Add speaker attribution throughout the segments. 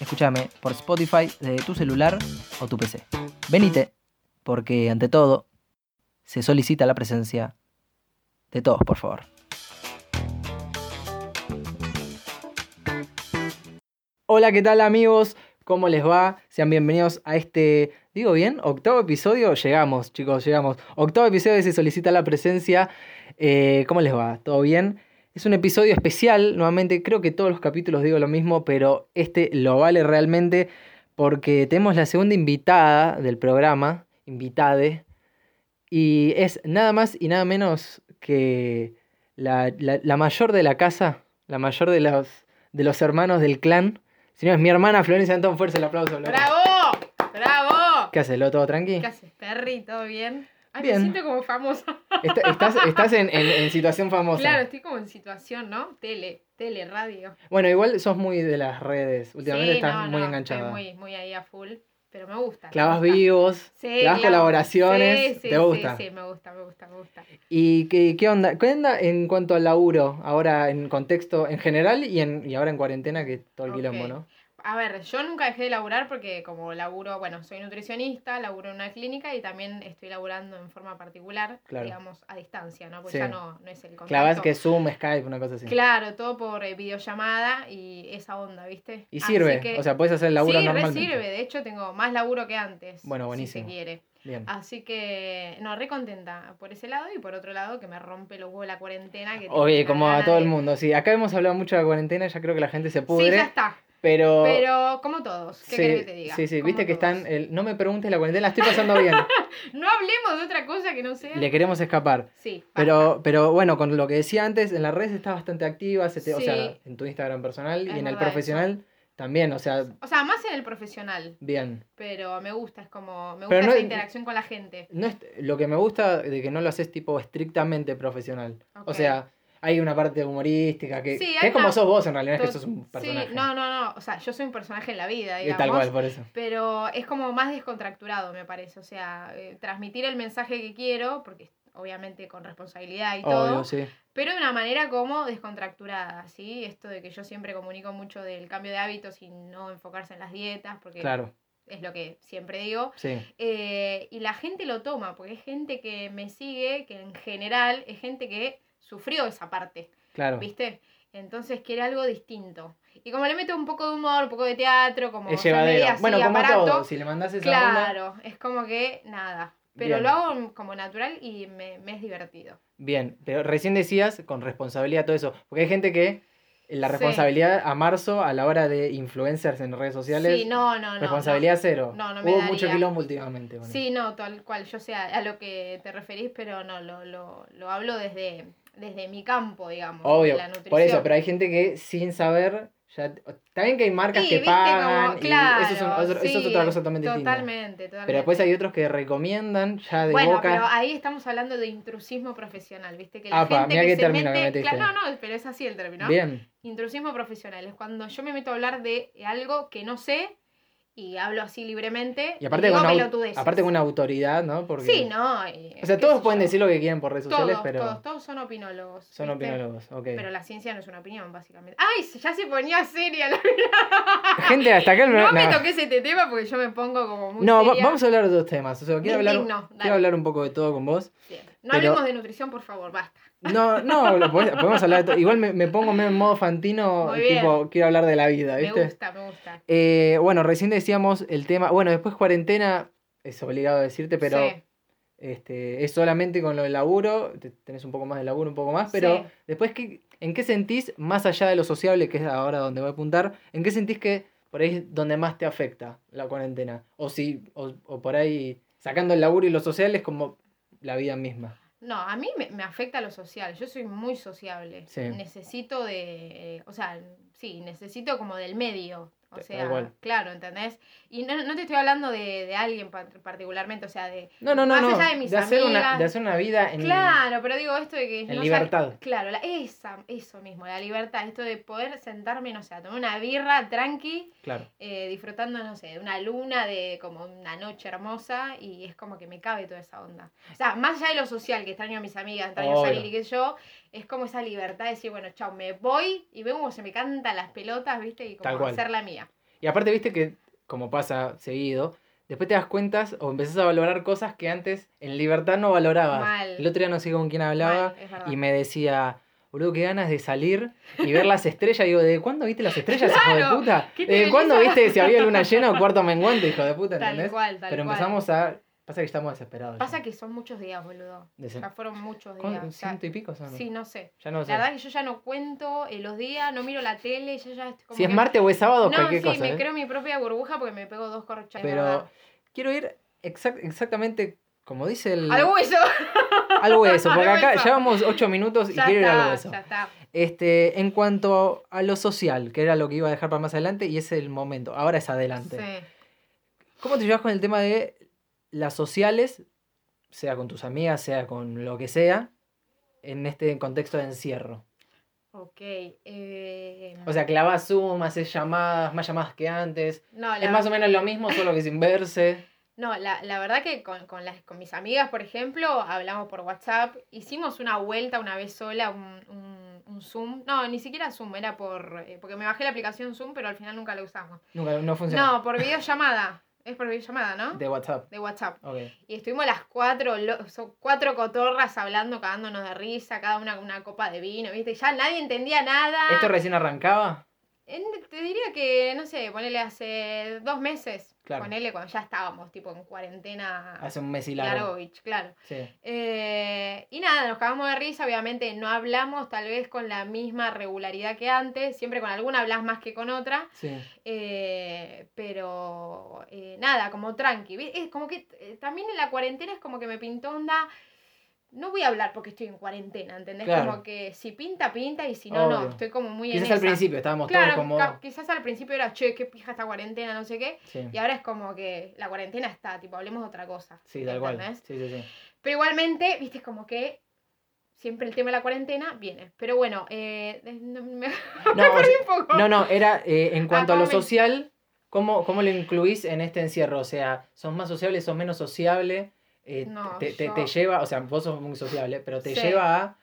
Speaker 1: Escúchame por Spotify de tu celular o tu PC. Venite, porque ante todo se solicita la presencia de todos, por favor. Hola, ¿qué tal amigos? ¿Cómo les va? Sean bienvenidos a este, digo bien, octavo episodio. Llegamos, chicos, llegamos. Octavo episodio de Se solicita la presencia. Eh, ¿Cómo les va? ¿Todo bien? Es un episodio especial, nuevamente creo que todos los capítulos digo lo mismo, pero este lo vale realmente porque tenemos la segunda invitada del programa, invitade, y es nada más y nada menos que la, la- la mayor de la casa, la mayor de los, de los hermanos del clan. Señores, mi hermana Florencia Antón, fuerza el aplauso. Flor.
Speaker 2: ¡Bravo! ¡Bravo!
Speaker 1: ¿Qué haces, lo todo tranqui?
Speaker 2: ¿Qué haces, Perry? ¿Todo bien? Ay,
Speaker 1: Bien.
Speaker 2: me siento como famosa.
Speaker 1: Está- estás estás en, en- en situación famosa.
Speaker 2: Claro, estoy como en situación, ¿no? Tele, tele, radio.
Speaker 1: Bueno, igual sos muy de las redes, últimamente
Speaker 2: Sí,
Speaker 1: estás
Speaker 2: no,
Speaker 1: muy
Speaker 2: no,
Speaker 1: enganchada.
Speaker 2: Estoy muy, muy ahí a full, pero me gusta.
Speaker 1: clavas
Speaker 2: me gusta.
Speaker 1: vivos,
Speaker 2: Sí,
Speaker 1: clavas
Speaker 2: clavo.
Speaker 1: colaboraciones,
Speaker 2: Sí, sí,
Speaker 1: te gusta.
Speaker 2: Sí, sí, me gusta, me gusta, me gusta.
Speaker 1: ¿Y qué, qué onda? ¿Qué onda en cuanto al laburo? Ahora en contexto en general y, en, y ahora en cuarentena que todo el
Speaker 2: Ok.
Speaker 1: quilombo, ¿no?
Speaker 2: A ver, yo nunca dejé de laburar porque como laburo, bueno, soy nutricionista, laburo en una clínica y también estoy laburando en forma particular,
Speaker 1: Claro.
Speaker 2: digamos, a distancia, ¿no? Porque
Speaker 1: Sí.
Speaker 2: ya no, no es el contacto.
Speaker 1: Clavas que Zoom, Skype, una cosa así.
Speaker 2: Claro, todo por eh, videollamada y esa onda, ¿viste?
Speaker 1: Y
Speaker 2: Así
Speaker 1: sirve,
Speaker 2: que-
Speaker 1: o sea, puedes hacer el laburo
Speaker 2: sí, re
Speaker 1: normalmente.
Speaker 2: sirve. De hecho, tengo más laburo que antes.
Speaker 1: Bueno, buenísimo.
Speaker 2: Si se quiere.
Speaker 1: Bien.
Speaker 2: Así que, no, re contenta por ese lado y por otro lado que me rompe los huevos la cuarentena. Que tengo
Speaker 1: Oye,
Speaker 2: una
Speaker 1: como a
Speaker 2: gana
Speaker 1: todo el
Speaker 2: de-
Speaker 1: mundo, sí. Acá hemos hablado mucho de la cuarentena, ya creo que la gente se
Speaker 2: Sí,
Speaker 1: pudre,
Speaker 2: ya está.
Speaker 1: pero...
Speaker 2: Pero, como todos, ¿qué
Speaker 1: sí,
Speaker 2: querés que te diga?
Speaker 1: sí, sí,
Speaker 2: Como
Speaker 1: viste que
Speaker 2: todos.
Speaker 1: están... el- no me preguntes la cuarentena, la estoy pasando bien.
Speaker 2: No hablemos de otra cosa que no sea.
Speaker 1: Le queremos escapar.
Speaker 2: Sí, basta.
Speaker 1: Pero, pero bueno, con lo que decía antes, en las redes estás bastante activa, se te- o
Speaker 2: Sí.
Speaker 1: sea, en tu Instagram personal
Speaker 2: Es
Speaker 1: y en el
Speaker 2: verdad
Speaker 1: profesional también, o sea,
Speaker 2: O sea, más en el profesional,
Speaker 1: bien.
Speaker 2: pero me gusta, es como. Me
Speaker 1: Pero
Speaker 2: gusta
Speaker 1: no-
Speaker 2: esa interacción con la gente.
Speaker 1: No es, lo que me gusta de que no lo haces tipo estrictamente profesional. O
Speaker 2: Ok.
Speaker 1: sea, hay una parte humorística que,
Speaker 2: Sí,
Speaker 1: que
Speaker 2: hay
Speaker 1: es como
Speaker 2: una-
Speaker 1: sos vos en realidad, es que
Speaker 2: To-
Speaker 1: sos un personaje.
Speaker 2: Sí, no, no, no. O sea, yo soy un personaje en la vida,
Speaker 1: Eh,
Speaker 2: digamos.
Speaker 1: tal cual, por eso.
Speaker 2: Pero es como más descontracturado, me parece. O sea, eh, transmitir el mensaje que quiero, porque obviamente con responsabilidad y todo, eh,
Speaker 1: Obvio, sí.
Speaker 2: pero de una manera como descontracturada, ¿sí? Esto de que yo siempre comunico mucho del cambio de hábitos y no enfocarse en las dietas, porque
Speaker 1: Claro,
Speaker 2: es lo que siempre digo.
Speaker 1: sí.
Speaker 2: Eh, y la gente lo toma, porque es gente que me sigue, que en general es gente que sufrió esa parte.
Speaker 1: Claro.
Speaker 2: ¿Viste? Entonces quiere algo distinto. Y como le meto un poco de humor, un poco de teatro, como
Speaker 1: Es
Speaker 2: ya
Speaker 1: llevadero.
Speaker 2: media así,
Speaker 1: bueno, como
Speaker 2: aparato,
Speaker 1: todo, si le mandás esa onda,
Speaker 2: claro, es como que nada. Pero
Speaker 1: Bien.
Speaker 2: lo hago como natural y me, me es divertido.
Speaker 1: bien. Pero recién decías con responsabilidad todo eso, porque hay gente que la
Speaker 2: Sí.
Speaker 1: responsabilidad a marzo a la hora de influencers en redes sociales
Speaker 2: Sí, no, no, no.
Speaker 1: Responsabilidad cero.
Speaker 2: No, no me
Speaker 1: Hubo
Speaker 2: daría.
Speaker 1: mucho quilombo últimamente.
Speaker 2: no.
Speaker 1: con
Speaker 2: Sí, no, tal cual. Yo sé a, a lo que te referís, pero no, lo, lo, lo hablo desde, desde mi campo, digamos.
Speaker 1: eso. Obvio.
Speaker 2: la nutrición.
Speaker 1: Por eso, pero hay gente que sin saber. Ya... También que hay marcas
Speaker 2: Sí,
Speaker 1: que
Speaker 2: viste,
Speaker 1: pagan.
Speaker 2: como-
Speaker 1: y
Speaker 2: claro,
Speaker 1: eso, es un- otro- eso es
Speaker 2: sí,
Speaker 1: otra cosa totalmente, distinta.
Speaker 2: Totalmente, totalmente.
Speaker 1: Pero después hay otros que recomiendan ya de
Speaker 2: bueno, pero
Speaker 1: boca.
Speaker 2: ahí estamos hablando de intrusismo profesional, ¿viste? Que la
Speaker 1: Apa,
Speaker 2: gente
Speaker 1: mirá
Speaker 2: que
Speaker 1: qué
Speaker 2: se
Speaker 1: término que
Speaker 2: mete...
Speaker 1: metiste.
Speaker 2: Claro, no, no, pero es así el término.
Speaker 1: Bien,
Speaker 2: Intrusismo profesional es cuando yo me meto a hablar de algo que no sé y hablo así libremente
Speaker 1: y aparte,
Speaker 2: digo
Speaker 1: con, au-
Speaker 2: pelotudeces.
Speaker 1: aparte con una autoridad, ¿no? Porque,
Speaker 2: Sí, no. y-
Speaker 1: O sea,
Speaker 2: qué
Speaker 1: todos
Speaker 2: sé
Speaker 1: pueden
Speaker 2: yo.
Speaker 1: decir lo que quieren por redes sociales,
Speaker 2: todos,
Speaker 1: pero
Speaker 2: todos, todos son opinólogos.
Speaker 1: son
Speaker 2: ¿viste?
Speaker 1: opinólogos. ok.
Speaker 2: Pero la ciencia no es una opinión, básicamente. ¡Ay! Ya se ponía seria la
Speaker 1: Gente, hasta acá el
Speaker 2: No me
Speaker 1: no.
Speaker 2: toques este tema porque yo me pongo como muy
Speaker 1: No, va-
Speaker 2: seria.
Speaker 1: vamos a hablar de dos temas. O sea, quiero
Speaker 2: Me
Speaker 1: hablar,
Speaker 2: indigno,
Speaker 1: quiero
Speaker 2: dale.
Speaker 1: hablar un poco de todo con vos.
Speaker 2: Bien. No
Speaker 1: pero-
Speaker 2: hablemos de nutrición, por favor, basta.
Speaker 1: No, no, lo podés- podemos hablar de todo. Igual me, me pongo medio en modo fantino,
Speaker 2: Muy bien.
Speaker 1: tipo, quiero hablar de la vida,
Speaker 2: Me
Speaker 1: ¿viste?
Speaker 2: gusta, me gusta.
Speaker 1: Eh, bueno, recién decíamos el tema. Bueno, después cuarentena, es obligado a decirte, pero
Speaker 2: Sí.
Speaker 1: este, es solamente con lo del laburo. te- Tenés un poco más de laburo, un poco más, pero
Speaker 2: Sí.
Speaker 1: después, ¿qué- ¿en qué sentís, más allá de lo sociable, que es ahora donde voy a apuntar, ¿en qué sentís que por ahí es donde más te afecta la cuarentena? O si, o, o por ahí, sacando el laburo y lo social, es como la vida misma.
Speaker 2: No, a mí me, me afecta lo social. Yo soy muy sociable.
Speaker 1: Sí.
Speaker 2: Necesito de. eh, o sea, sí, necesito como del medio. O
Speaker 1: Tal
Speaker 2: sea,
Speaker 1: cual.
Speaker 2: claro, ¿entendés? Y no, no te estoy hablando de, de alguien pa- particularmente, o sea, de...
Speaker 1: No, no, no,
Speaker 2: Más
Speaker 1: no.
Speaker 2: allá de mis
Speaker 1: hacer una,
Speaker 2: amigas.
Speaker 1: de hacer una vida en
Speaker 2: Claro, pero digo esto de que...
Speaker 1: en
Speaker 2: no sal-
Speaker 1: libertad.
Speaker 2: Claro, la- esa, eso mismo, la libertad, esto de poder sentarme, no sé, a tomar una birra tranqui,
Speaker 1: Claro.
Speaker 2: eh, disfrutando, no sé, de una luna, de como una noche hermosa, y es como que me cabe toda esa onda. O sea, más allá de lo social, que extraño a mis amigas, extraño a
Speaker 1: Obvio.
Speaker 2: salir y que yo, es como esa libertad de decir, bueno, chao, me voy y veo cómo se me cantan las pelotas, ¿viste? Y
Speaker 1: Tal
Speaker 2: como
Speaker 1: cual.
Speaker 2: hacer la mía.
Speaker 1: Y aparte, viste que, como pasa seguido, después te das cuentas o empezás a valorar cosas que antes en libertad no valorabas.
Speaker 2: Mal.
Speaker 1: El otro día no sé con quién hablaba
Speaker 2: Mal, es verdad.
Speaker 1: y me decía, boludo, qué ganas de salir y ver las estrellas. Digo, ¿de cuándo viste las estrellas, hijo de
Speaker 2: Claro.
Speaker 1: puta?
Speaker 2: ¿Qué te
Speaker 1: ¿De
Speaker 2: venís
Speaker 1: cuándo
Speaker 2: a-
Speaker 1: viste si había luna llena o cuarto menguante, hijo de puta?
Speaker 2: Tal
Speaker 1: ¿Entendés?
Speaker 2: cual, tal
Speaker 1: Pero
Speaker 2: cual.
Speaker 1: empezamos a. Pasa que estamos desesperados. ya.
Speaker 2: Pasa que son muchos días, boludo.
Speaker 1: De se-
Speaker 2: Ya fueron muchos
Speaker 1: ¿Cuán-
Speaker 2: días. o sea,
Speaker 1: ¿Ciento y pico son?
Speaker 2: sí, no sé.
Speaker 1: Ya no sé.
Speaker 2: La verdad que yo ya no cuento eh, los días, no miro la tele, yo ya estoy como
Speaker 1: si es
Speaker 2: que-
Speaker 1: martes o es sábado,
Speaker 2: No,
Speaker 1: cualquier
Speaker 2: sí,
Speaker 1: cosa.
Speaker 2: me
Speaker 1: ¿eh?
Speaker 2: creo mi propia burbuja porque me pego dos corchas.
Speaker 1: Pero quiero ir exact- exactamente como dice el.
Speaker 2: Al hueso.
Speaker 1: al hueso, porque
Speaker 2: Al
Speaker 1: acá
Speaker 2: hueso.
Speaker 1: llevamos ocho minutos y
Speaker 2: ya
Speaker 1: quiero ir
Speaker 2: está,
Speaker 1: al hueso.
Speaker 2: ya está.
Speaker 1: Este, en cuanto a lo social, que era lo que iba a dejar para más adelante, y es el momento, ahora es adelante.
Speaker 2: Sí.
Speaker 1: ¿Cómo te llevas con el tema de las sociales, sea con tus amigas, sea con lo que sea, en este contexto de encierro?
Speaker 2: Ok. eh,
Speaker 1: O sea, clavas Zoom, haces llamadas, más llamadas que antes.
Speaker 2: no, la,
Speaker 1: Es más o menos lo mismo, solo que sin verse.
Speaker 2: no la, la verdad que con, con, las, con mis amigas, por ejemplo, hablamos por WhatsApp. Hicimos una vuelta una vez sola, un, un- un Zoom. No, ni siquiera Zoom, era por. eh, porque me bajé la aplicación Zoom, pero al final nunca la usamos.
Speaker 1: Nunca, no funciona.
Speaker 2: No, por videollamada. Es por videollamada, ¿no?
Speaker 1: De WhatsApp.
Speaker 2: de WhatsApp.
Speaker 1: Ok.
Speaker 2: Y estuvimos las cuatro, lo- so- cuatro cotorras hablando, cagándonos de risa, cada una con una copa de vino, ¿viste? Ya nadie entendía nada.
Speaker 1: ¿Esto recién arrancaba?
Speaker 2: En- te diría que, no sé, ponele hace dos meses.
Speaker 1: Claro.
Speaker 2: Ponele cuando ya estábamos, tipo, en cuarentena.
Speaker 1: Hace un mes y largo.
Speaker 2: Largovich, claro.
Speaker 1: Sí.
Speaker 2: Eh, y nada, nos cagamos de risa, obviamente no hablamos tal vez con la misma regularidad que antes, siempre con alguna hablas más que con otra,
Speaker 1: Sí.
Speaker 2: eh, pero eh, nada, como tranqui. Vi- Es como que eh, también en la cuarentena es como que me pintó onda. No voy a hablar porque estoy en cuarentena, ¿entendés?
Speaker 1: Claro.
Speaker 2: Como que si pinta, pinta y si no,
Speaker 1: Obvio.
Speaker 2: no. Estoy como muy
Speaker 1: Quizás
Speaker 2: en
Speaker 1: al
Speaker 2: esa.
Speaker 1: principio estábamos
Speaker 2: Claro,
Speaker 1: todos como.
Speaker 2: ca- quizás al principio era, che, qué pija esta cuarentena, no sé qué.
Speaker 1: Sí.
Speaker 2: Y ahora es como que la cuarentena está, tipo, hablemos de otra cosa.
Speaker 1: Sí, tal cual.
Speaker 2: ¿entendés?
Speaker 1: Sí, sí, sí.
Speaker 2: Pero igualmente, viste, es como que siempre el tema de la cuarentena viene. Pero bueno, eh, me, me
Speaker 1: No, o
Speaker 2: perdí
Speaker 1: sea,
Speaker 2: un poco.
Speaker 1: no, no, era eh, en cuanto a lo
Speaker 2: Ah, ¿cómo me-
Speaker 1: social, ¿cómo, ¿cómo lo incluís en este encierro? O sea, ¿sos más sociable, sos menos sociable? Eh,
Speaker 2: No,
Speaker 1: te, te-
Speaker 2: yo-
Speaker 1: te lleva, o sea, vos sos muy sociable, pero te
Speaker 2: Sí.
Speaker 1: lleva a.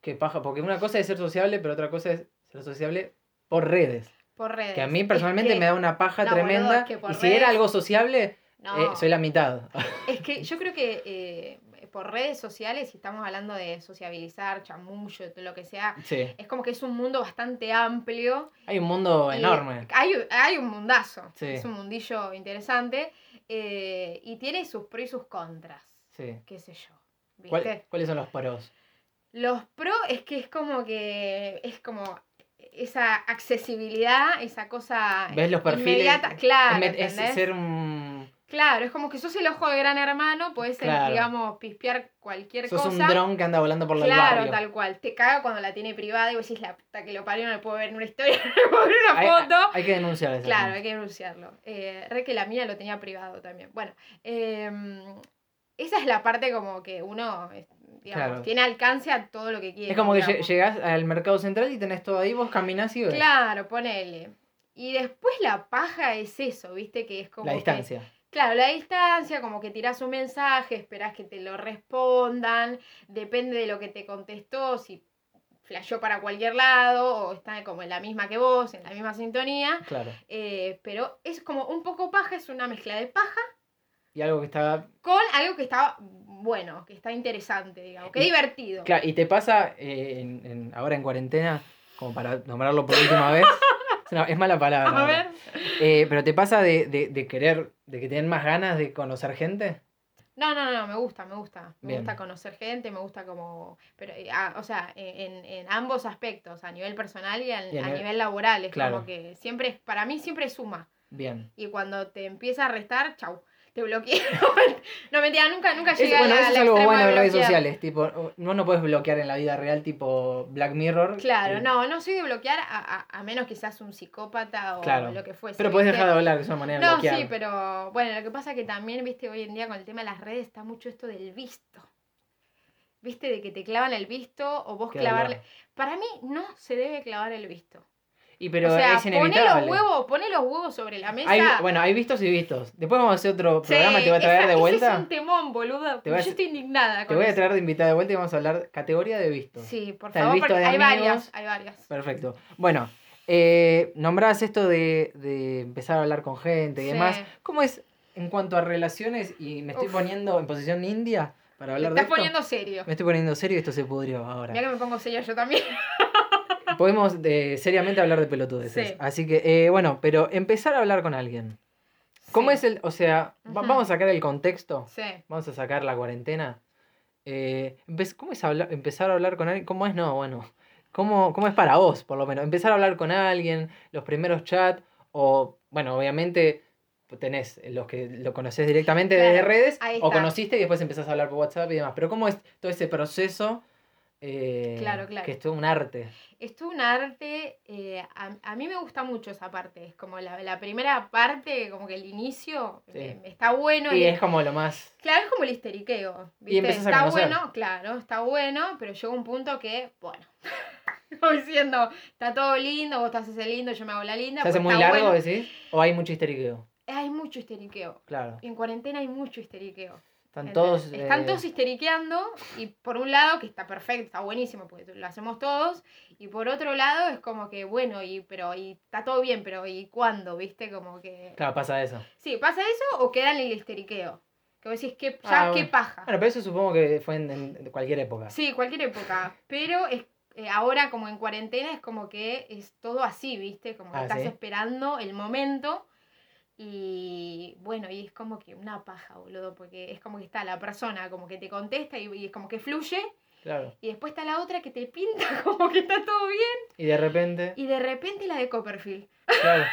Speaker 1: Que paja, porque una cosa es ser sociable, pero otra cosa es ser sociable por redes.
Speaker 2: Por redes.
Speaker 1: Que a mí
Speaker 2: Es
Speaker 1: personalmente
Speaker 2: que-
Speaker 1: me da una paja
Speaker 2: no,
Speaker 1: tremenda.
Speaker 2: boludo, es que por
Speaker 1: y si
Speaker 2: redes-
Speaker 1: era algo sociable,
Speaker 2: No.
Speaker 1: eh, soy la mitad.
Speaker 2: Es que yo creo que eh, por redes sociales, si estamos hablando de sociabilizar, chamullo, lo que sea,
Speaker 1: sí.
Speaker 2: es como que es un mundo bastante amplio.
Speaker 1: Hay un mundo
Speaker 2: y
Speaker 1: enorme.
Speaker 2: Eh, Hay, hay un mundazo,
Speaker 1: Sí.
Speaker 2: es un mundillo interesante eh, y tiene sus pros y sus contras,
Speaker 1: Sí.
Speaker 2: qué sé yo. ¿Viste?
Speaker 1: ¿Cuál- ¿Cuáles son los pros?
Speaker 2: Los pro es que es como que es como esa accesibilidad, esa cosa
Speaker 1: ¿Ves los perfiles?
Speaker 2: inmediata, claro,
Speaker 1: Es, es
Speaker 2: ¿entendés?
Speaker 1: ser un.
Speaker 2: Claro, es como que sos el ojo de gran hermano, puedes
Speaker 1: Claro.
Speaker 2: digamos, pispear cualquier
Speaker 1: Sos
Speaker 2: cosa.
Speaker 1: un dron que anda volando por la
Speaker 2: Claro, tal cual. Te caga cuando la tiene privada y vos decís, la puta que lo parió, no le puedo ver en una historia, no le puedo ver en una
Speaker 1: Hay,
Speaker 2: foto.
Speaker 1: hay que denunciar eso.
Speaker 2: Claro, hay que denunciarlo. Eh, re que la mía lo tenía privado también. Bueno, eh, esa es la parte como que uno, es- digamos,
Speaker 1: Claro.
Speaker 2: tiene alcance a todo lo que quiere.
Speaker 1: Es como que lle-
Speaker 2: digamos.
Speaker 1: llegás al mercado central y tenés todo ahí, vos caminás y ves
Speaker 2: Claro, ponele. Y después la paja es eso, viste, que es como
Speaker 1: la
Speaker 2: que-
Speaker 1: distancia.
Speaker 2: Claro, la distancia, como que tirás un mensaje, esperás que te lo respondan, depende de lo que te contestó, si flasheó para cualquier lado o está como en la misma que vos, en la misma sintonía.
Speaker 1: Claro.
Speaker 2: eh, pero es como un poco paja, es una mezcla de paja
Speaker 1: Y algo que está.
Speaker 2: con algo que está bueno, que está interesante, digamos, que es
Speaker 1: Y-
Speaker 2: divertido.
Speaker 1: Claro, y te pasa eh, en- en- ahora en cuarentena, como para nombrarlo por última vez. Es, una- es mala palabra.
Speaker 2: A
Speaker 1: ahora.
Speaker 2: ver,
Speaker 1: Eh, pero te pasa de, de- de querer, de que tienen más ganas de conocer gente.
Speaker 2: no, no, no, me gusta, me gusta. Me
Speaker 1: Bien.
Speaker 2: gusta conocer gente, me gusta como. pero eh, ah, O sea, en, en ambos aspectos, a nivel personal y, al-
Speaker 1: Y a
Speaker 2: a
Speaker 1: nivel-
Speaker 2: nivel laboral. Es
Speaker 1: Claro.
Speaker 2: como que siempre, es- para mí siempre suma.
Speaker 1: Bien.
Speaker 2: Y cuando te empieza a restar, chau. te bloquearon. no, mentira, nunca, nunca
Speaker 1: Es-
Speaker 2: llegué
Speaker 1: bueno,
Speaker 2: a la,
Speaker 1: eso
Speaker 2: al
Speaker 1: es algo
Speaker 2: extremo
Speaker 1: bueno
Speaker 2: de
Speaker 1: en redes
Speaker 2: bloquear.
Speaker 1: sociales. Tipo, no, no puedes bloquear en la vida real, tipo Black Mirror.
Speaker 2: Claro,
Speaker 1: Eh,
Speaker 2: no, no soy de bloquear a, a- a menos que seas un psicópata o
Speaker 1: Claro.
Speaker 2: lo que fuese.
Speaker 1: Pero podés
Speaker 2: ¿viste?
Speaker 1: dejar de hablar, que es una manera de
Speaker 2: No,
Speaker 1: bloquear.
Speaker 2: sí, pero bueno, lo que pasa que también, viste, hoy en día con el tema de las redes está mucho esto del visto. Viste, de que te clavan el visto o vos
Speaker 1: Qué
Speaker 2: clavarle.
Speaker 1: dolor.
Speaker 2: Para mí no se debe clavar el visto.
Speaker 1: Y pero
Speaker 2: o sea,
Speaker 1: es
Speaker 2: poné
Speaker 1: inevitable.
Speaker 2: los huevos, poné los huevos sobre la mesa.
Speaker 1: Hay- bueno, hay vistos y vistos. Después vamos a hacer otro
Speaker 2: Sí,
Speaker 1: programa, te voy a traer
Speaker 2: esa-
Speaker 1: de
Speaker 2: ese
Speaker 1: vuelta.
Speaker 2: es un temón, boludo.
Speaker 1: Te voy a-
Speaker 2: Yo estoy indignada
Speaker 1: Te
Speaker 2: con
Speaker 1: voy a
Speaker 2: eso.
Speaker 1: traer de invitada de vuelta y vamos a hablar categoría de vistos.
Speaker 2: Sí, por
Speaker 1: Está el
Speaker 2: favor,
Speaker 1: visto
Speaker 2: porque
Speaker 1: de
Speaker 2: hay
Speaker 1: amigos.
Speaker 2: varias, hay varias.
Speaker 1: Perfecto. Bueno, eh, nombrabas esto de, de empezar a hablar con gente y
Speaker 2: Sí.
Speaker 1: demás. ¿Cómo es en cuanto a relaciones? Y me estoy
Speaker 2: Uf.
Speaker 1: poniendo en posición india para
Speaker 2: Te
Speaker 1: hablar de
Speaker 2: estás
Speaker 1: esto.
Speaker 2: poniendo serio.
Speaker 1: Me estoy poniendo serio y esto se pudrió ahora.
Speaker 2: Mira que me pongo serio yo también.
Speaker 1: Podemos eh, seriamente hablar de pelotudeces.
Speaker 2: Sí.
Speaker 1: Así que, eh, bueno, pero empezar a hablar con alguien. ¿Cómo
Speaker 2: Sí,
Speaker 1: es el...? O sea, va-
Speaker 2: Ujú.
Speaker 1: vamos a sacar el contexto.
Speaker 2: Sí.
Speaker 1: Vamos a sacar la cuarentena. Eh, empe- ¿Cómo es habla- empezar a hablar con alguien? ¿Cómo es? No, bueno. ¿Cómo, ¿Cómo es para vos, por lo menos? Empezar a hablar con alguien, los primeros chats, o, bueno, obviamente tenés los que lo conocés directamente desde
Speaker 2: Claro,
Speaker 1: redes,
Speaker 2: ahí
Speaker 1: o
Speaker 2: está.
Speaker 1: conociste y después empezás a hablar por WhatsApp y demás. Pero ¿cómo es todo ese proceso? eh,
Speaker 2: Claro, claro.
Speaker 1: Que es todo un arte.
Speaker 2: Es todo un arte, eh, a, a mí me gusta mucho esa parte, es como la, la primera parte, como que el inicio
Speaker 1: Sí.
Speaker 2: eh, está bueno.
Speaker 1: y
Speaker 2: y-
Speaker 1: es como lo más...
Speaker 2: Claro, es como el histeriqueo. ¿viste?
Speaker 1: empezás a
Speaker 2: está
Speaker 1: conocer.
Speaker 2: bueno, claro, está bueno, pero llega un punto que, bueno, como diciendo, está todo lindo, vos te haces el lindo, yo me hago la linda.
Speaker 1: ¿Se hace
Speaker 2: pero
Speaker 1: muy
Speaker 2: está
Speaker 1: largo,
Speaker 2: bueno.
Speaker 1: decís? ¿O hay mucho histeriqueo?
Speaker 2: Hay mucho histeriqueo.
Speaker 1: Claro.
Speaker 2: En cuarentena hay mucho histeriqueo.
Speaker 1: Están
Speaker 2: ¿entendés?
Speaker 1: todos...
Speaker 2: Están
Speaker 1: eh,
Speaker 2: todos histeriqueando y por un lado que está perfecto, está buenísimo porque lo hacemos todos y por otro lado es como que bueno, y pero y está todo bien, pero ¿y cuándo? ¿Viste? Como que
Speaker 1: Claro, pasa eso.
Speaker 2: Sí, pasa eso o queda en el histeriqueo. Que vos decís que ya
Speaker 1: Ah,
Speaker 2: qué
Speaker 1: bueno.
Speaker 2: paja.
Speaker 1: Bueno, pero eso supongo que fue en, en cualquier época.
Speaker 2: Sí, cualquier época. Pero es, eh, ahora, como en cuarentena, es como que es todo así, ¿viste? Como que
Speaker 1: Ah,
Speaker 2: estás
Speaker 1: ¿sí?
Speaker 2: esperando el momento. Y bueno, y es como que una paja, boludo, porque es como que está la persona como que te contesta y, y es como que fluye.
Speaker 1: Claro.
Speaker 2: Y después está la otra que te pinta como que está todo bien.
Speaker 1: Y de repente.
Speaker 2: Y de repente la de Copperfield.
Speaker 1: Claro.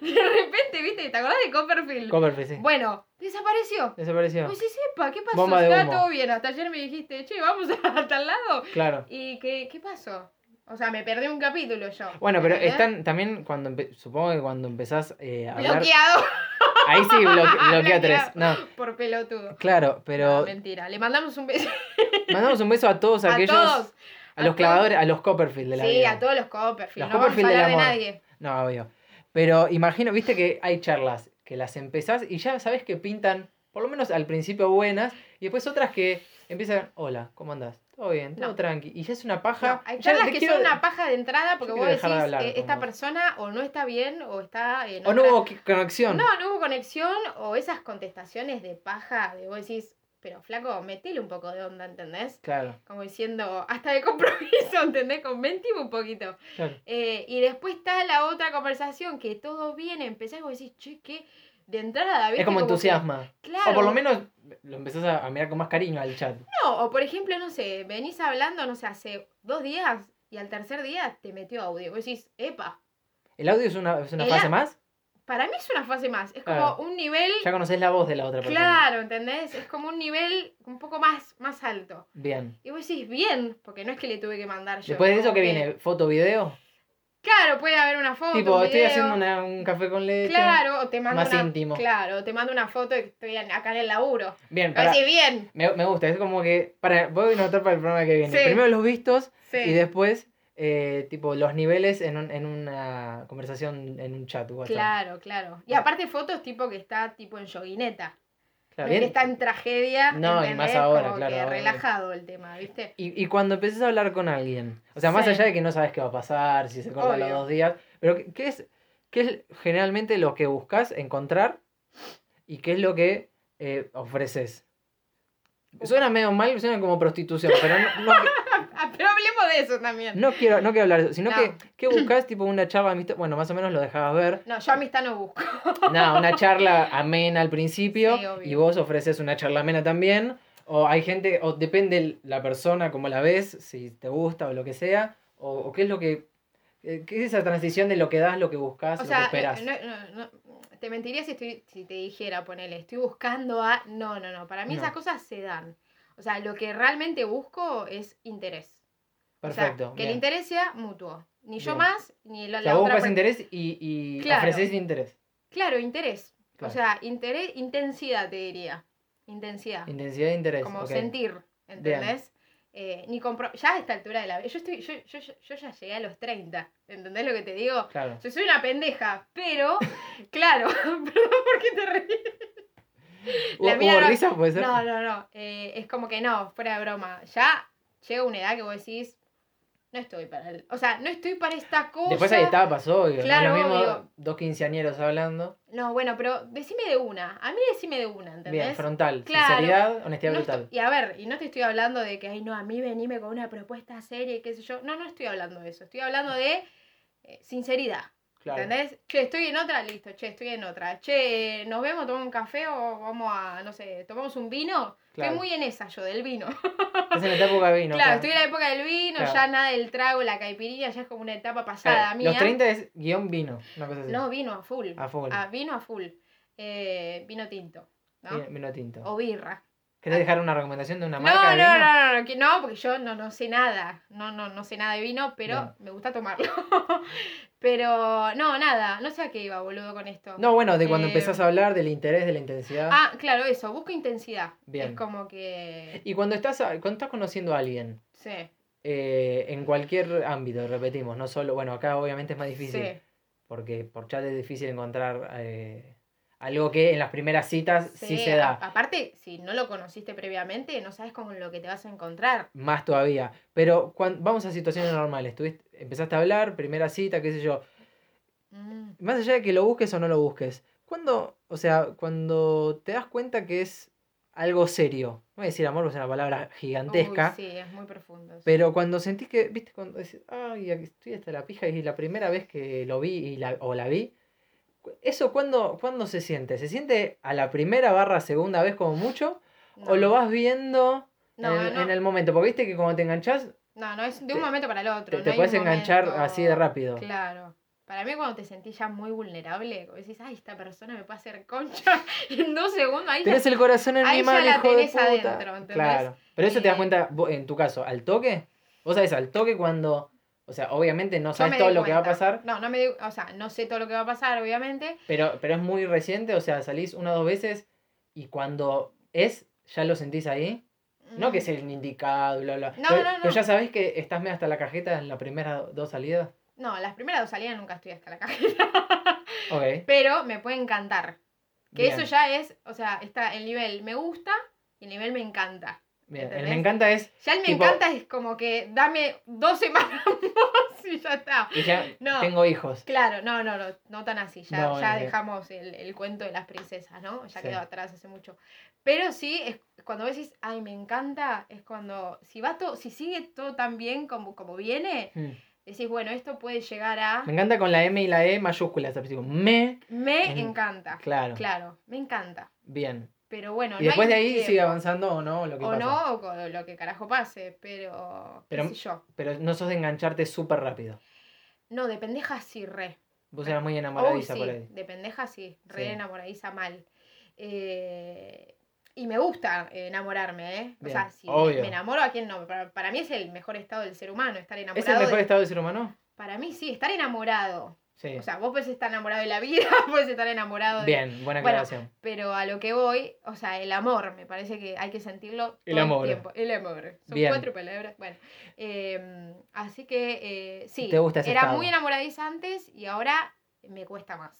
Speaker 2: De repente, ¿viste? ¿Te acordás de Copperfield?
Speaker 1: Copperfield, sí.
Speaker 2: Bueno, desapareció.
Speaker 1: Desapareció.
Speaker 2: Pues sí, sepa, ¿qué pasó?
Speaker 1: Bomba de
Speaker 2: Estaba
Speaker 1: humo.
Speaker 2: todo bien. Hasta ayer me dijiste, che, vamos a tal lado.
Speaker 1: Claro.
Speaker 2: ¿Y qué, qué pasó? O sea, me perdí un capítulo yo.
Speaker 1: Bueno, pero
Speaker 2: ¿entendés?
Speaker 1: están también cuando empe- supongo que cuando empezás eh, a hablar.
Speaker 2: Bloqueado
Speaker 1: Ahí sí bloque- bloquea
Speaker 2: Bloqueado.
Speaker 1: tres. No,
Speaker 2: por pelotudo.
Speaker 1: claro, pero
Speaker 2: No, mentira. Le mandamos un beso
Speaker 1: mandamos un beso a todos
Speaker 2: a
Speaker 1: aquellos.
Speaker 2: todos.
Speaker 1: a
Speaker 2: a
Speaker 1: los
Speaker 2: todos.
Speaker 1: clavadores, a los Copperfield de la
Speaker 2: Sí,
Speaker 1: vida.
Speaker 2: a todos los Copperfield.
Speaker 1: Los
Speaker 2: no
Speaker 1: Copperfield
Speaker 2: vamos a
Speaker 1: del
Speaker 2: hablar de
Speaker 1: amor.
Speaker 2: nadie.
Speaker 1: No, obvio. Pero imagino, viste que hay charlas que las empezás y ya sabes que pintan, por lo menos al principio buenas, y después otras que empiezan, hola, ¿cómo andás? Todo bien, todo
Speaker 2: No.
Speaker 1: tranqui. Y ya es una paja.
Speaker 2: No, hay
Speaker 1: Ya
Speaker 2: charlas
Speaker 1: te
Speaker 2: que
Speaker 1: quiero-
Speaker 2: son una paja de entrada porque
Speaker 1: yo
Speaker 2: vos
Speaker 1: quiero
Speaker 2: decís,
Speaker 1: dejar de hablar
Speaker 2: eh,
Speaker 1: con
Speaker 2: esta
Speaker 1: vos.
Speaker 2: persona o no está bien o está en
Speaker 1: O no
Speaker 2: otra-
Speaker 1: hubo que- conexión.
Speaker 2: No, no hubo conexión o esas contestaciones de paja de vos decís, pero flaco, metele un poco de onda, ¿entendés?
Speaker 1: Claro,
Speaker 2: Como diciendo, hasta de compromiso, ¿entendés? Conventime un poquito.
Speaker 1: claro.
Speaker 2: Eh, y después está la otra conversación que todo viene, empezás y vos decís, che, que de entrada, ¿viste?
Speaker 1: Es como
Speaker 2: que-
Speaker 1: entusiasma.
Speaker 2: claro.
Speaker 1: O por lo menos lo empezás a, a mirar con más cariño al chat.
Speaker 2: No, o por ejemplo, no sé, venís hablando, no sé, hace dos días y al tercer día te metió audio. Vos decís, epa,
Speaker 1: ¿El audio es una, es una
Speaker 2: El
Speaker 1: fase
Speaker 2: a-
Speaker 1: más?
Speaker 2: para mí es una fase más. Es como
Speaker 1: Claro.
Speaker 2: un nivel.
Speaker 1: Ya conoces la voz de la otra persona.
Speaker 2: Claro, ¿entendés? Es como un nivel un poco más, más alto.
Speaker 1: Bien.
Speaker 2: Y vos decís, bien, porque no es que le tuve que mandar yo.
Speaker 1: Después de
Speaker 2: como
Speaker 1: eso, ¿qué viene? ¿Foto, video?
Speaker 2: Claro, puede haber una foto.
Speaker 1: tipo,
Speaker 2: un
Speaker 1: estoy
Speaker 2: video.
Speaker 1: haciendo una- un café con leche.
Speaker 2: Claro, o te mando
Speaker 1: Más
Speaker 2: una,
Speaker 1: íntimo.
Speaker 2: Claro, te mando una foto de que estoy en- acá en el laburo.
Speaker 1: Bien,
Speaker 2: Pero
Speaker 1: para,
Speaker 2: sí, bien.
Speaker 1: Me, me gusta, es como que. Para, voy a notar para el programa que viene.
Speaker 2: Sí.
Speaker 1: Primero los vistos
Speaker 2: Sí.
Speaker 1: y después, eh, tipo, los niveles en, un- en una conversación, en un chat. WhatsApp.
Speaker 2: Claro, claro. Y aparte fotos tipo que está tipo en yoguineta.
Speaker 1: Claro,
Speaker 2: No es
Speaker 1: bien.
Speaker 2: que está en tragedia.
Speaker 1: No, y más
Speaker 2: ¿entendés?
Speaker 1: ahora,
Speaker 2: Como
Speaker 1: claro,
Speaker 2: que
Speaker 1: ahora.
Speaker 2: relajado el tema, ¿viste?
Speaker 1: Y, y cuando empieces a hablar con alguien, o sea, más
Speaker 2: Sí.
Speaker 1: allá de que no sabes qué va a pasar, si se corta los
Speaker 2: Obvio.
Speaker 1: dos días, pero ¿qué- ¿qué es, qué es generalmente lo que buscas encontrar y qué es lo que eh, ofreces? Suena medio mal, suena como prostitución, pero no, no-
Speaker 2: Ah, pero hablemos de eso también.
Speaker 1: no quiero, no quiero hablar de eso, sino
Speaker 2: No.
Speaker 1: que ¿qué buscas? Tipo una charla amistad, bueno, más o menos lo dejabas ver,
Speaker 2: No, yo amistad no busco.
Speaker 1: Nada, una charla amena al principio
Speaker 2: Sí, obvio.
Speaker 1: y vos ofreces una charla amena también. O hay gente, o depende la persona, como la ves, si te gusta o lo que sea. O, o qué es lo que. eh, ¿Qué es esa transición de lo que das, lo que buscas,
Speaker 2: O
Speaker 1: lo que
Speaker 2: sea,
Speaker 1: esperas?
Speaker 2: eh, no- no- no- te mentiría si, estoy- si te dijera, ponele, estoy buscando a... No, no, no, para mí
Speaker 1: No.
Speaker 2: esas cosas se dan. O sea, lo que realmente busco es interés. O sea,
Speaker 1: Perfecto.
Speaker 2: que el
Speaker 1: bien.
Speaker 2: interés sea mutuo. Ni yo
Speaker 1: Bien.
Speaker 2: más, ni la,
Speaker 1: O sea,
Speaker 2: la
Speaker 1: vos
Speaker 2: otra
Speaker 1: buscas
Speaker 2: persona.
Speaker 1: interés y, y
Speaker 2: Claro.
Speaker 1: ofrecés interés.
Speaker 2: Claro, interés.
Speaker 1: Claro.
Speaker 2: O sea, interés, intensidad te diría. Intensidad.
Speaker 1: Intensidad de interés.
Speaker 2: como
Speaker 1: ok.
Speaker 2: sentir, ¿entendés? Eh, ni compro- ya a esta altura de la vida. Yo, estoy, yo, yo, yo- yo ya llegué a los 30, ¿entendés lo que te digo?
Speaker 1: Claro.
Speaker 2: Yo soy una pendeja, pero, claro, perdón porque te reí. La
Speaker 1: ¿Hubo-
Speaker 2: mía
Speaker 1: hubo
Speaker 2: no-
Speaker 1: risa? ¿Puede ser?
Speaker 2: No, no, no. eh, es como que no, fuera de broma. Ya llega una edad que vos decís, no estoy para el- O sea, no estoy para esta cosa.
Speaker 1: Después hay etapas, obvio.
Speaker 2: Claro,
Speaker 1: no es lo mismo
Speaker 2: obvio.
Speaker 1: dos quinceañeros hablando.
Speaker 2: No, bueno, pero decime de una. A mí decime de una, ¿entendés?
Speaker 1: Bien, frontal.
Speaker 2: Claro.
Speaker 1: Sinceridad, honestidad
Speaker 2: No
Speaker 1: brutal.
Speaker 2: estoy- y a ver, y no te estoy hablando de que, ay, no, a mí venime con una propuesta seria y qué sé yo. No, no estoy hablando de eso. Estoy hablando de eh, sinceridad.
Speaker 1: Claro.
Speaker 2: ¿Entendés? Che, estoy en otra, listo. Che, estoy en otra. Che, nos vemos, tomamos un café o vamos a, no sé, tomamos un vino.
Speaker 1: Claro.
Speaker 2: Estoy muy en esa yo, del vino.
Speaker 1: Estás en la etapa de vino. Eh,
Speaker 2: claro, estoy en la época del vino,
Speaker 1: Claro.
Speaker 2: ya nada del trago, la caipirinha, ya es como una etapa
Speaker 1: Claro,
Speaker 2: pasada mía.
Speaker 1: Los 30 es guión vino. Una cosa así.
Speaker 2: No, vino a full.
Speaker 1: A full.
Speaker 2: Ah, vino a full. Eh, vino tinto, ¿no?
Speaker 1: Vino, vino tinto.
Speaker 2: O birra.
Speaker 1: ¿Querés dejar una recomendación de una
Speaker 2: No,
Speaker 1: marca
Speaker 2: no,
Speaker 1: de
Speaker 2: no,
Speaker 1: vino?
Speaker 2: no, no, que no, porque yo no, no sé nada. No, no, no sé nada de vino, pero
Speaker 1: Bien.
Speaker 2: me gusta tomarlo. pero no, nada, no sé a qué iba, boludo, con esto.
Speaker 1: No, bueno, de cuando
Speaker 2: Eh,
Speaker 1: empezás a hablar del interés, de la intensidad.
Speaker 2: Ah, claro, eso, busco intensidad.
Speaker 1: Bien.
Speaker 2: Es como que.
Speaker 1: Y cuando estás, a- cuando estás conociendo a alguien,
Speaker 2: Sí,
Speaker 1: eh, en cualquier ámbito, repetimos, no solo, bueno, acá obviamente es más difícil,
Speaker 2: sí.
Speaker 1: porque por chat es difícil encontrar eh, algo que en las primeras citas sí,
Speaker 2: sí, ah,
Speaker 1: se
Speaker 2: a-
Speaker 1: da,
Speaker 2: Aparte, si no lo conociste previamente, no sabes con lo que te vas a encontrar.
Speaker 1: más todavía. Pero cuan- vamos a situaciones normales, tuviste, empezaste a hablar, primera cita, qué sé yo,
Speaker 2: Mm,
Speaker 1: más allá de que lo busques o no lo busques, cuando, o sea, cuando te das cuenta que es algo serio, no voy a decir amor, porque es una palabra gigantesca,
Speaker 2: uy, sí, es muy profundo. sí.
Speaker 1: Pero cuando sentís que, viste, cuando decís, ay, aquí estoy hasta la pija y la primera vez que lo vi y la, o la vi, cu- ¿eso cuándo, cuándo se siente? ¿Se siente a la primera barra segunda vez como mucho?
Speaker 2: No.
Speaker 1: ¿O lo vas viendo
Speaker 2: No,
Speaker 1: en,
Speaker 2: no,
Speaker 1: en el momento? Porque viste que cuando te enganchás,
Speaker 2: no, no, es de un
Speaker 1: te-
Speaker 2: momento para el otro.
Speaker 1: te,
Speaker 2: no
Speaker 1: te
Speaker 2: hay
Speaker 1: puedes
Speaker 2: un
Speaker 1: enganchar
Speaker 2: momento-
Speaker 1: así de rápido.
Speaker 2: Claro. Para mí cuando te sentís ya muy vulnerable, como decís, ay, esta persona me puede hacer concha en dos segundos, ahí ya...
Speaker 1: Tenés el corazón en
Speaker 2: ahí
Speaker 1: mi
Speaker 2: ya
Speaker 1: mano,
Speaker 2: la
Speaker 1: hijo de
Speaker 2: tenés
Speaker 1: puta.
Speaker 2: adentro, ¿entendés?
Speaker 1: Claro. Pero eso te das
Speaker 2: Eh,
Speaker 1: cuenta, vos, en tu caso, al toque. Vos sabés, al toque cuando. O sea, obviamente no
Speaker 2: yo
Speaker 1: sabes
Speaker 2: me
Speaker 1: todo
Speaker 2: di
Speaker 1: lo que va a
Speaker 2: cuenta.
Speaker 1: pasar,
Speaker 2: No, no me di- o sea, no sé todo lo que va a pasar, obviamente.
Speaker 1: Pero, pero es muy reciente, o sea, salís una o dos veces y cuando es, ya lo sentís ahí. No
Speaker 2: Mm,
Speaker 1: que es el indicado, bla, bla.
Speaker 2: No,
Speaker 1: pero,
Speaker 2: no, no.
Speaker 1: pero ya sabés que estás medio hasta la cajeta en la primera dos salidas.
Speaker 2: No, las primeras dos salidas nunca estoy hasta la cajera.
Speaker 1: Ok.
Speaker 2: Pero me puede encantar. Que
Speaker 1: bien,
Speaker 2: eso ya es, o sea, está el nivel me gusta y el nivel me encanta.
Speaker 1: bien. El
Speaker 2: ¿entendés?
Speaker 1: me encanta es.
Speaker 2: Ya el me
Speaker 1: Tipo-
Speaker 2: encanta es como que dame dos semanas más y ya está.
Speaker 1: Y ya
Speaker 2: No.
Speaker 1: tengo hijos.
Speaker 2: Claro, no, no, no, no tan así. Ya,
Speaker 1: No,
Speaker 2: ya
Speaker 1: no, no.
Speaker 2: dejamos el, el cuento de las princesas, ¿no? Ya
Speaker 1: Sí.
Speaker 2: quedó atrás hace mucho. Pero sí, es cuando vos decís, ay, me encanta, es cuando, si va todo, si sigue todo tan bien como, como viene,
Speaker 1: Mm.
Speaker 2: decís, bueno, esto puede llegar a.
Speaker 1: Me encanta con la M y la E mayúsculas. así como, Me.
Speaker 2: Me
Speaker 1: en-
Speaker 2: encanta.
Speaker 1: Claro.
Speaker 2: Claro, me encanta.
Speaker 1: Bien.
Speaker 2: Pero bueno,
Speaker 1: y después
Speaker 2: no
Speaker 1: de
Speaker 2: hay
Speaker 1: ahí
Speaker 2: tiempo.
Speaker 1: sigue avanzando o no lo que
Speaker 2: O
Speaker 1: pasa.
Speaker 2: no, o con lo que carajo pase, pero.
Speaker 1: Pero-
Speaker 2: ¿Qué sé yo?
Speaker 1: Pero no sos de engancharte súper rápido.
Speaker 2: No, de pendeja sí, re.
Speaker 1: Vos eras muy
Speaker 2: Uy,
Speaker 1: enamoradiza
Speaker 2: Oh, sí,
Speaker 1: por ahí.
Speaker 2: de pendeja sí, re
Speaker 1: Sí.
Speaker 2: enamoradiza mal. Eh, y me gusta eh, enamorarme, ¿eh? O
Speaker 1: Bien,
Speaker 2: sea, si
Speaker 1: obvio.
Speaker 2: me enamoro, ¿a quién no? Para, para mí es el mejor estado del ser humano, estar
Speaker 1: ¿Es
Speaker 2: enamorado.
Speaker 1: el mejor
Speaker 2: de-
Speaker 1: estado del ser humano?
Speaker 2: Para mí sí, estar enamorado.
Speaker 1: Sí.
Speaker 2: O sea, vos puedes estar enamorado de la vida, puedes estar enamorado de...
Speaker 1: Bien, buena
Speaker 2: Bueno,
Speaker 1: aclaración.
Speaker 2: Pero a lo que voy, o sea, el amor, me parece que hay que sentirlo todo
Speaker 1: El
Speaker 2: el,
Speaker 1: amor.
Speaker 2: tiempo. El amor. Son
Speaker 1: Bien.
Speaker 2: cuatro palabras. Bueno, eh, así que eh, sí,
Speaker 1: Te gusta ese
Speaker 2: era
Speaker 1: estado.
Speaker 2: muy enamoradiza antes y ahora me cuesta más.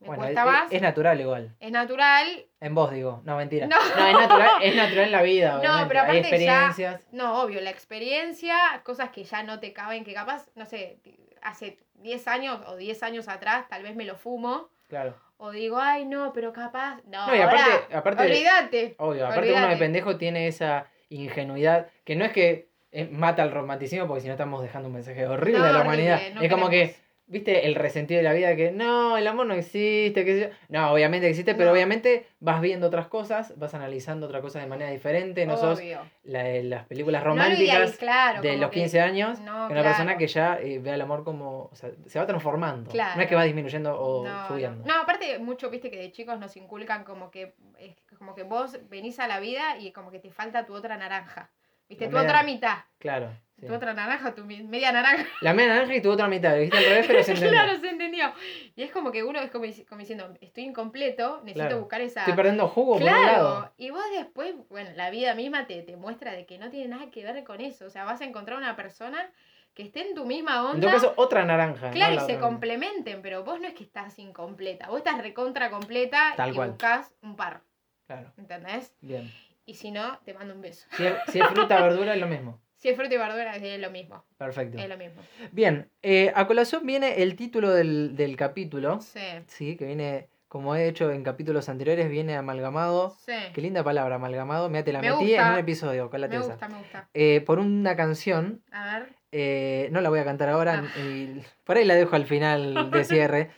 Speaker 2: Me
Speaker 1: Bueno,
Speaker 2: cuesta
Speaker 1: es-
Speaker 2: más.
Speaker 1: es natural igual.
Speaker 2: Es natural.
Speaker 1: En vos digo, no mentira. No,
Speaker 2: No.
Speaker 1: es, natural, es natural en la vida,
Speaker 2: No,
Speaker 1: obviamente.
Speaker 2: pero
Speaker 1: Hay
Speaker 2: aparte ya-
Speaker 1: experiencias.
Speaker 2: No, obvio, la experiencia, cosas que ya no te caben, que capaz, no sé, hace 10 años o 10 años atrás tal vez me lo fumo.
Speaker 1: Claro.
Speaker 2: O digo, ay, no, pero capaz. No,
Speaker 1: No, y
Speaker 2: ahora,
Speaker 1: aparte, aparte
Speaker 2: olvídate.
Speaker 1: obvio, aparte
Speaker 2: olvídate.
Speaker 1: uno de pendejo tiene esa ingenuidad que no es que eh, mata el romanticismo porque si no estamos dejando un mensaje horrible
Speaker 2: No,
Speaker 1: a la
Speaker 2: horrible,
Speaker 1: humanidad.
Speaker 2: no
Speaker 1: es como que
Speaker 2: queremos.
Speaker 1: ¿Viste el resentido de la vida que no, el amor no existe? Qué sé yo? No, obviamente existe, pero
Speaker 2: No.
Speaker 1: obviamente vas viendo otras cosas, vas analizando otras cosas de manera diferente. No sos
Speaker 2: Obvio.
Speaker 1: la de las películas
Speaker 2: No lo idealiz-
Speaker 1: románticas
Speaker 2: claro,
Speaker 1: de
Speaker 2: como
Speaker 1: los
Speaker 2: que-
Speaker 1: 15 años,
Speaker 2: No,
Speaker 1: que una persona
Speaker 2: claro.
Speaker 1: que ya eh, ve al amor como. O sea, se va transformando. No es que
Speaker 2: Claro.
Speaker 1: va disminuyendo o
Speaker 2: no,
Speaker 1: subiendo.
Speaker 2: No, No, aparte mucho, viste, que de chicos nos inculcan como que es como que vos venís a la vida y como que te falta tu otra naranja. Viste,
Speaker 1: La
Speaker 2: tu
Speaker 1: media-
Speaker 2: otra mitad.
Speaker 1: Claro. sí.
Speaker 2: Tu otra naranja, tu mi- media naranja.
Speaker 1: La media naranja y tu otra mitad, lo dijiste al revés, pero se entendió.
Speaker 2: claro, se entendió. Y es como que uno es como, dic- como diciendo, estoy incompleto, necesito
Speaker 1: Claro.
Speaker 2: buscar esa.
Speaker 1: Estoy perdiendo jugo por un lado.
Speaker 2: Claro, y vos después, bueno, la vida misma te, te muestra de que no tiene nada que ver con eso. O sea, vas a encontrar una persona que esté en tu misma onda.
Speaker 1: En todo caso, otra naranja.
Speaker 2: Claro,
Speaker 1: no
Speaker 2: y
Speaker 1: la
Speaker 2: se
Speaker 1: otra.
Speaker 2: complementen, pero vos no es que estás incompleta, vos estás recontra completa
Speaker 1: Tal
Speaker 2: y
Speaker 1: cual.
Speaker 2: buscas un par,
Speaker 1: Claro,
Speaker 2: ¿entendés?
Speaker 1: bien.
Speaker 2: Y si no, te mando un beso.
Speaker 1: Si es, si es fruta, verdura, es lo mismo.
Speaker 2: Si es fruta y verdura, es lo mismo,
Speaker 1: Perfecto.
Speaker 2: es lo mismo.
Speaker 1: Bien, eh, a colación viene el título del, del capítulo.
Speaker 2: Sí,
Speaker 1: Sí, que viene, como he hecho en capítulos anteriores, viene amalgamado. Qué
Speaker 2: sí,
Speaker 1: linda palabra, amalgamado. Mira, te la
Speaker 2: Me
Speaker 1: metí
Speaker 2: gusta.
Speaker 1: en un episodio con la
Speaker 2: me
Speaker 1: tesa.
Speaker 2: gusta, me gusta.
Speaker 1: Eh, por una canción,
Speaker 2: A ver,
Speaker 1: eh, no la voy a cantar ahora,
Speaker 2: Ah.
Speaker 1: y por ahí la dejo al final de cierre.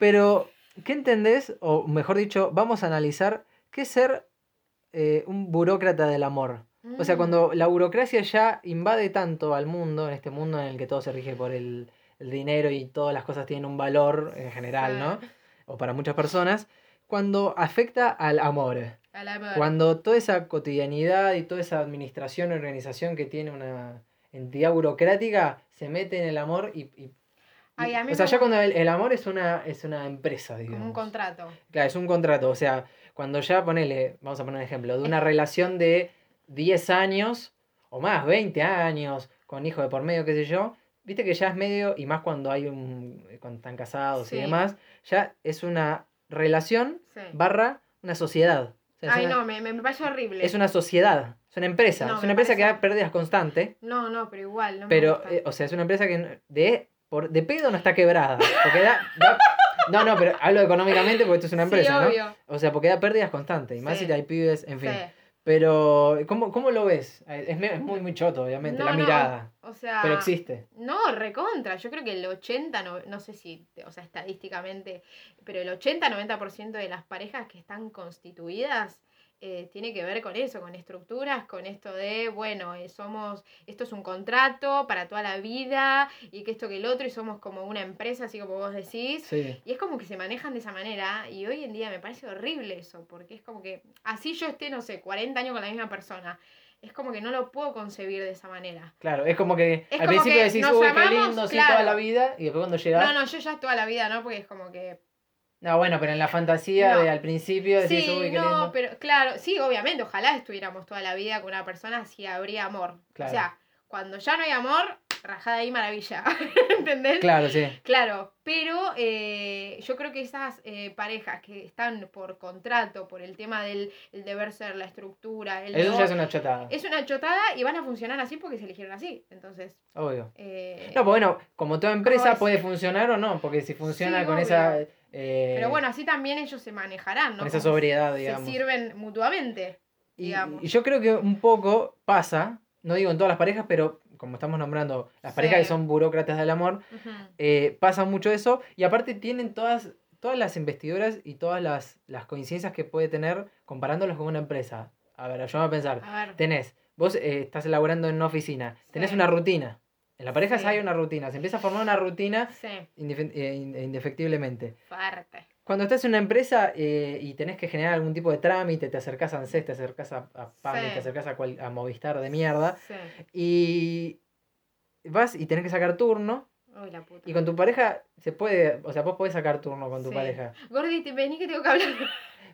Speaker 1: Pero, ¿qué entendés? O mejor dicho, vamos a analizar qué es ser eh, un burócrata del amor. O sea,
Speaker 2: Mm,
Speaker 1: cuando la burocracia ya invade tanto al mundo, en este mundo en el que todo se rige por el, el dinero y todas las cosas tienen un valor en general, ¿no? O para muchas personas, cuando afecta al amor.
Speaker 2: Mm, a la ver.
Speaker 1: Cuando toda esa cotidianidad y toda esa administración y organización que tiene una entidad burocrática se mete en el amor y... y- y-
Speaker 2: Ay, a mí
Speaker 1: o sea,
Speaker 2: me
Speaker 1: ya
Speaker 2: gusta.
Speaker 1: cuando el, el amor es una, es una empresa, digamos.
Speaker 2: como un contrato.
Speaker 1: Claro, es un contrato. O sea, cuando ya ponele, vamos a poner un ejemplo, de una relación de 10 años o más, 20 años, con hijos de por medio, qué sé yo, viste que ya es medio, y más cuando hay un. cuando están casados y
Speaker 2: Sí.
Speaker 1: demás, ya es una relación
Speaker 2: Sí.
Speaker 1: barra una sociedad. O sea, es
Speaker 2: Ay,
Speaker 1: una-
Speaker 2: no, me, me, me parece horrible.
Speaker 1: es una sociedad, es una empresa.
Speaker 2: No,
Speaker 1: es
Speaker 2: me
Speaker 1: una empresa que
Speaker 2: parece-
Speaker 1: da pérdidas constantes,
Speaker 2: No, no, pero igual, no me
Speaker 1: pero,
Speaker 2: gusta.
Speaker 1: eh, o sea, es una empresa que n- de, por, de pedo no está quebrada. Porque da, da- no, no, pero hablo económicamente porque esto es una empresa,
Speaker 2: sí,
Speaker 1: ¿no?
Speaker 2: obvio.
Speaker 1: O sea, porque da pérdidas constantes, y más
Speaker 2: Sí.
Speaker 1: si hay pibes, en fin.
Speaker 2: sí.
Speaker 1: Pero, ¿cómo, ¿cómo lo ves? Eh, Es, me- es muy, muy choto, obviamente,
Speaker 2: No,
Speaker 1: la
Speaker 2: no,
Speaker 1: mirada.
Speaker 2: O sea,
Speaker 1: Pero existe.
Speaker 2: No, recontra. Yo creo que el 80, no, no sé si, o sea, estadísticamente, pero el 80-90% de las parejas que están constituidas eh, tiene que ver con eso, con estructuras, con esto de, bueno, eh, somos, esto es un contrato para toda la vida y que esto que el otro y somos como una empresa, así como vos decís.
Speaker 1: Sí.
Speaker 2: Y es como que se manejan de esa manera y hoy en día me parece horrible eso, porque es como que así yo esté, no sé, 40 años con la misma persona. Es como que no lo puedo concebir de esa manera.
Speaker 1: Claro, es como que
Speaker 2: Es
Speaker 1: al
Speaker 2: como
Speaker 1: principio
Speaker 2: que
Speaker 1: decís,
Speaker 2: nos
Speaker 1: uy, qué
Speaker 2: amamos,
Speaker 1: lindo, sí,
Speaker 2: claro.
Speaker 1: toda la vida, y después cuando llegas.
Speaker 2: No,
Speaker 1: No,
Speaker 2: no, yo ya toda la vida, ¿no? Porque es como que.
Speaker 1: bueno, pero en la fantasía
Speaker 2: No.
Speaker 1: de al principio decís, uy,
Speaker 2: Sí,
Speaker 1: qué
Speaker 2: no,
Speaker 1: lindo.
Speaker 2: pero claro, sí, obviamente, ojalá estuviéramos toda la vida con una persona si habría amor.
Speaker 1: Claro.
Speaker 2: O sea, cuando ya no hay amor, rajada ahí maravilla. ¿Entendés?
Speaker 1: Claro, sí.
Speaker 2: Claro, pero eh, yo creo que esas eh, parejas que están por contrato, por el tema del el deber ser, la estructura, el
Speaker 1: Eso
Speaker 2: no,
Speaker 1: ya es una chotada.
Speaker 2: es una chotada y van a funcionar así porque se eligieron así. Entonces,
Speaker 1: Obvio.
Speaker 2: eh,
Speaker 1: No, pues bueno, como toda empresa
Speaker 2: es?
Speaker 1: puede funcionar o no, porque si funciona
Speaker 2: Sí,
Speaker 1: con
Speaker 2: obvio.
Speaker 1: esa. eh,
Speaker 2: pero bueno, así también ellos se manejarán, ¿no?
Speaker 1: con esa
Speaker 2: Como
Speaker 1: sobriedad,
Speaker 2: se
Speaker 1: digamos.
Speaker 2: sirven mutuamente.
Speaker 1: Y,
Speaker 2: digamos.
Speaker 1: y yo creo que un poco pasa, no digo en todas las parejas, pero como estamos nombrando las
Speaker 2: Sí.
Speaker 1: parejas que son burócratas del amor,
Speaker 2: Ujú.
Speaker 1: eh, pasa mucho eso. Y aparte tienen todas, todas las investiduras y todas las, las coincidencias que puede tener comparándolos con una empresa. A ver, yo a pensar.
Speaker 2: A ver.
Speaker 1: Tenés, vos eh, estás elaborando en una oficina, tenés
Speaker 2: Sí.
Speaker 1: una rutina. En las parejas
Speaker 2: Sí.
Speaker 1: hay una rutina, se empieza a formar una rutina
Speaker 2: Sí,
Speaker 1: indife- eh, in- indefectiblemente.
Speaker 2: fuerte.
Speaker 1: Cuando estás en una empresa eh, y tenés que generar algún tipo de trámite, te acercás a ANSES, te acercás a, a PAMI,
Speaker 2: Sí.
Speaker 1: te acercás a, cual- a Movistar de mierda,
Speaker 2: Sí.
Speaker 1: y vas y tenés que sacar turno,
Speaker 2: Uy, la puta.
Speaker 1: y con tu pareja se puede, o sea, vos podés sacar turno con tu
Speaker 2: Sí.
Speaker 1: pareja.
Speaker 2: Gordi, te- vení que tengo que hablar.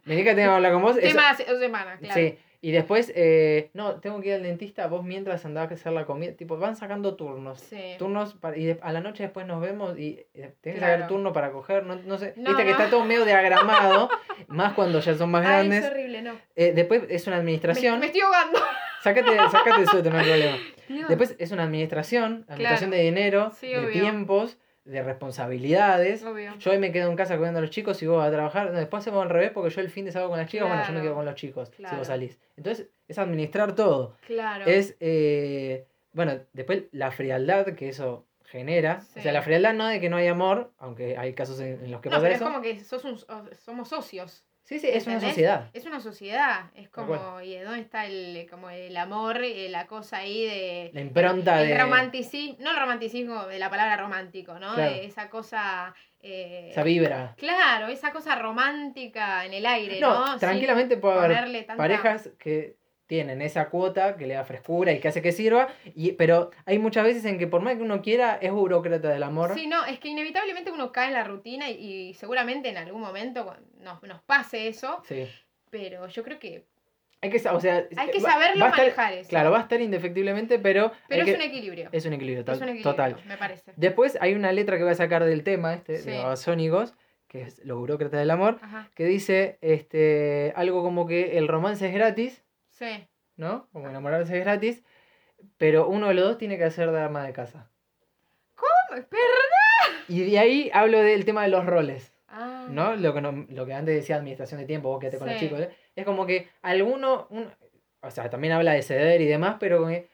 Speaker 1: Me que tengo que hablar con vos. eso-
Speaker 2: Tema hace dos semanas, claro.
Speaker 1: Sí, y después, eh, no, tengo que ir al dentista, vos mientras andabas a hacer la comida, tipo, van sacando turnos.
Speaker 2: Sí.
Speaker 1: Turnos, para- y de- a la noche después nos vemos y eh, tenés que
Speaker 2: Claro.
Speaker 1: sacar turno para coger, no, no sé,
Speaker 2: No,
Speaker 1: viste que
Speaker 2: no.
Speaker 1: está todo medio diagramado, más cuando ya son más
Speaker 2: Ay,
Speaker 1: grandes.
Speaker 2: es horrible, no.
Speaker 1: Eh, después es una
Speaker 2: Me,
Speaker 1: administración.
Speaker 2: me estoy ahogando.
Speaker 1: Sácate, sácate eso, no hay problema.
Speaker 2: Dios.
Speaker 1: Después es una administración, administración de dinero,
Speaker 2: Sí,
Speaker 1: de
Speaker 2: obvio.
Speaker 1: tiempos, de responsabilidades.
Speaker 2: Obvio.
Speaker 1: Yo hoy me quedo en casa cuidando a los chicos y vos vas a trabajar. No, después hacemos al revés porque yo el fin de salgo con las chicas, bueno, yo me
Speaker 2: Claro.
Speaker 1: quedo con los chicos si
Speaker 2: Claro.
Speaker 1: vos salís. Entonces es administrar todo.
Speaker 2: Claro.
Speaker 1: Es, eh, bueno, después la frialdad, que eso genera.
Speaker 2: Sí.
Speaker 1: O sea, la frialdad no de que no hay amor, aunque hay casos en, en los que
Speaker 2: No,
Speaker 1: pasa
Speaker 2: pero es
Speaker 1: eso.
Speaker 2: como que sos un- o- somos socios.
Speaker 1: Sí, sí, es una
Speaker 2: ¿entendés?
Speaker 1: sociedad.
Speaker 2: Es una sociedad. Es
Speaker 1: Tal
Speaker 2: como, ¿y de dónde está el, como el amor, eh, la cosa ahí de...
Speaker 1: La impronta
Speaker 2: El
Speaker 1: de.
Speaker 2: romanticismo, no el romanticismo de la palabra romántico, ¿no?
Speaker 1: Claro.
Speaker 2: De esa cosa... eh,
Speaker 1: Esa vibra.
Speaker 2: Claro, esa cosa romántica en el aire, ¿no?
Speaker 1: No,
Speaker 2: Sin
Speaker 1: tranquilamente puede haber
Speaker 2: ponerle tanta-
Speaker 1: parejas que tienen esa cuota que le da frescura y que hace que sirva, y, pero hay muchas veces en que por más que uno quiera, es burócrata del amor.
Speaker 2: Sí, no, es que inevitablemente uno cae en la rutina y, y seguramente en algún momento cu- nos, nos pase eso,
Speaker 1: Sí.
Speaker 2: pero yo creo que
Speaker 1: Hay que, sa- o sea,
Speaker 2: hay que
Speaker 1: va- va
Speaker 2: saberlo
Speaker 1: a estar-
Speaker 2: manejar eso.
Speaker 1: Claro, va a estar indefectiblemente, pero,
Speaker 2: pero
Speaker 1: hay
Speaker 2: es,
Speaker 1: que-
Speaker 2: un equilibrio, es
Speaker 1: es un equilibrio,
Speaker 2: un
Speaker 1: tal-
Speaker 2: equilibrio,
Speaker 1: total.
Speaker 2: me parece.
Speaker 1: Después hay una letra que voy a sacar del tema, este,
Speaker 2: Sí.
Speaker 1: de Babasónicos, que es Los burócratas del amor,
Speaker 2: Ajá,
Speaker 1: que dice este, algo como que el romance es gratis,
Speaker 2: sí,
Speaker 1: ¿no? Como enamorarse es gratis, pero uno de los dos tiene que hacer de ama de casa.
Speaker 2: ¿Cómo? Espera.
Speaker 1: Y de ahí hablo del tema de los roles,
Speaker 2: Ah,
Speaker 1: ¿no? Lo que, no- lo que antes decía administración de tiempo, vos quedate con los
Speaker 2: Sí.
Speaker 1: chicos, ¿eh? es como que alguno, un- o sea, también habla de ceder y demás, pero como que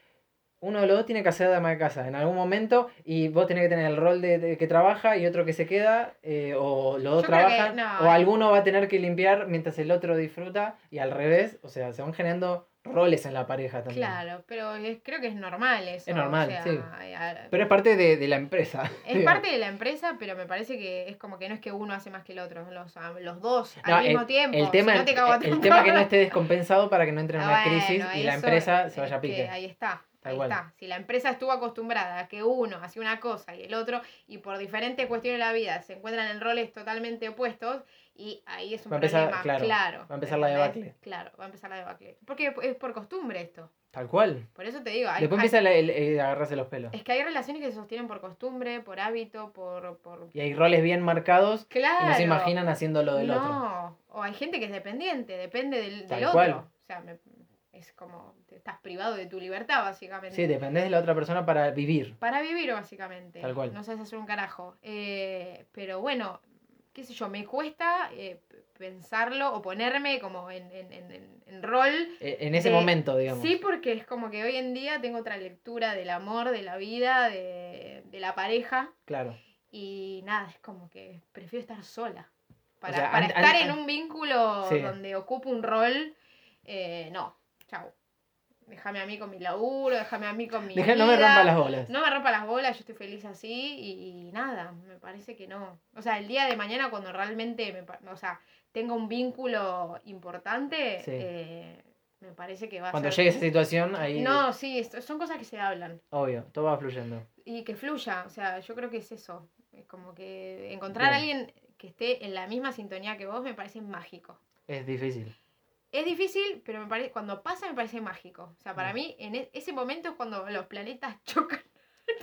Speaker 1: uno de los dos tiene que hacer de ama de casa en algún momento y vos tenés que tener el rol de, de que trabaja y otro que se queda, eh, o los dos
Speaker 2: Yo creo que
Speaker 1: trabajan,
Speaker 2: no.
Speaker 1: o alguno va a tener que limpiar mientras el otro disfruta y al revés, o sea, se van generando roles en la pareja también.
Speaker 2: Claro, pero es- creo que es normal eso.
Speaker 1: Es normal,
Speaker 2: o sea, eh,
Speaker 1: sí.
Speaker 2: a-
Speaker 1: Pero es parte de, de la empresa.
Speaker 2: Es
Speaker 1: digamos.
Speaker 2: parte de la empresa, pero me parece que es como que no es que uno hace más que el otro, los, am- los dos
Speaker 1: No,
Speaker 2: al mismo tiempo.
Speaker 1: El tema,
Speaker 2: si no te cago a
Speaker 1: el- el
Speaker 2: trompada.
Speaker 1: tema que no esté descompensado para que no entre en
Speaker 2: Ah,
Speaker 1: una
Speaker 2: bueno,
Speaker 1: crisis y la
Speaker 2: eso
Speaker 1: empresa se
Speaker 2: es
Speaker 1: vaya a
Speaker 2: que
Speaker 1: pique.
Speaker 2: Ahí está.
Speaker 1: Tal
Speaker 2: ahí
Speaker 1: cual.
Speaker 2: está. Si la empresa estuvo acostumbrada a que uno hacía una cosa y el otro, y por diferentes cuestiones de la vida se encuentran en roles totalmente opuestos, y ahí es un
Speaker 1: Va a empezar,
Speaker 2: problema.
Speaker 1: claro, va a empezar la
Speaker 2: ¿entendés?
Speaker 1: debacle.
Speaker 2: Claro, va a empezar la debacle. Porque es por costumbre esto.
Speaker 1: Tal cual.
Speaker 2: Por eso te digo, hay,
Speaker 1: Después
Speaker 2: hay-
Speaker 1: empieza el, el- el agarrarse los pelos.
Speaker 2: es que hay relaciones que se sostienen por costumbre, por hábito, por. por...
Speaker 1: Y hay roles bien marcados
Speaker 2: Claro.
Speaker 1: y no se imaginan haciendo lo del otro.
Speaker 2: No, o hay gente que es dependiente, depende del,
Speaker 1: Tal
Speaker 2: del
Speaker 1: cual.
Speaker 2: otro. O sea, me- es como, te estás privado de tu libertad, básicamente.
Speaker 1: Sí, dependés de la otra persona para vivir.
Speaker 2: Para vivir, básicamente.
Speaker 1: Tal cual.
Speaker 2: No sabes hacer un carajo. Eh, pero bueno, qué sé yo, me cuesta eh, p- pensarlo o ponerme como en, en- en- en- en rol.
Speaker 1: eh, En ese
Speaker 2: De-
Speaker 1: momento, digamos.
Speaker 2: Sí, porque es como que hoy en día tengo otra lectura del amor, de la vida, de, de la pareja.
Speaker 1: Claro.
Speaker 2: Y nada, es como que prefiero estar sola. Para,
Speaker 1: sea,
Speaker 2: para
Speaker 1: an-
Speaker 2: estar
Speaker 1: an-
Speaker 2: en
Speaker 1: an-
Speaker 2: un vínculo
Speaker 1: Sí.
Speaker 2: donde ocupo un rol, eh, no, chau. Déjame a mí con mi laburo, déjame a mí con mi.
Speaker 1: Dejá- no me
Speaker 2: vida,
Speaker 1: rompa las bolas.
Speaker 2: No me rompa las bolas, yo estoy feliz así y, y nada, me parece que no. O sea, el día de mañana cuando realmente me, pa- o sea, tenga un vínculo importante,
Speaker 1: Sí.
Speaker 2: eh, me parece que va
Speaker 1: Cuando
Speaker 2: a ser.
Speaker 1: llegue esa situación, ahí.
Speaker 2: No, sí, esto- son cosas que se hablan
Speaker 1: Obvio, todo va fluyendo.
Speaker 2: y que fluya, o sea, yo creo que es eso, es como que encontrar a
Speaker 1: Bien.
Speaker 2: alguien que esté en la misma sintonía que vos me parece mágico.
Speaker 1: Es difícil.
Speaker 2: Es difícil, pero me parece cuando pasa me parece mágico. O sea, para
Speaker 1: Mm.
Speaker 2: mí en e- ese momento es cuando los planetas chocan.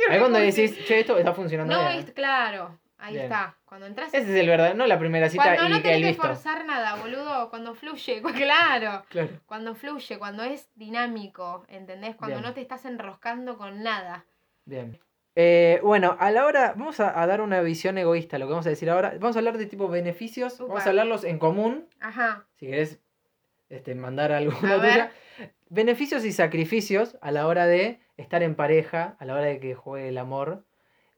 Speaker 1: Ahí cuando decís, che, esto está funcionando.
Speaker 2: no
Speaker 1: bien.
Speaker 2: es claro, ahí
Speaker 1: Bien.
Speaker 2: está, cuando entras
Speaker 1: Ese es el verdadero, no la primera cita
Speaker 2: cuando
Speaker 1: y
Speaker 2: no
Speaker 1: que el
Speaker 2: tenés
Speaker 1: visto.
Speaker 2: que forzar nada, boludo, cuando fluye, cu- claro,
Speaker 1: Claro.
Speaker 2: cuando fluye, cuando es dinámico, ¿entendés? Cuando
Speaker 1: Bien.
Speaker 2: no te estás enroscando con nada.
Speaker 1: Bien. Eh, bueno, a la hora, vamos a, a dar una visión egoísta, lo que vamos a decir ahora. Vamos a hablar de tipo beneficios,
Speaker 2: Upa.
Speaker 1: vamos a hablarlos en común,
Speaker 2: Ajá.
Speaker 1: si querés este, mandar alguna
Speaker 2: A ver.
Speaker 1: tuya. Beneficios y sacrificios a la hora de estar en pareja, a la hora de que juegue el amor,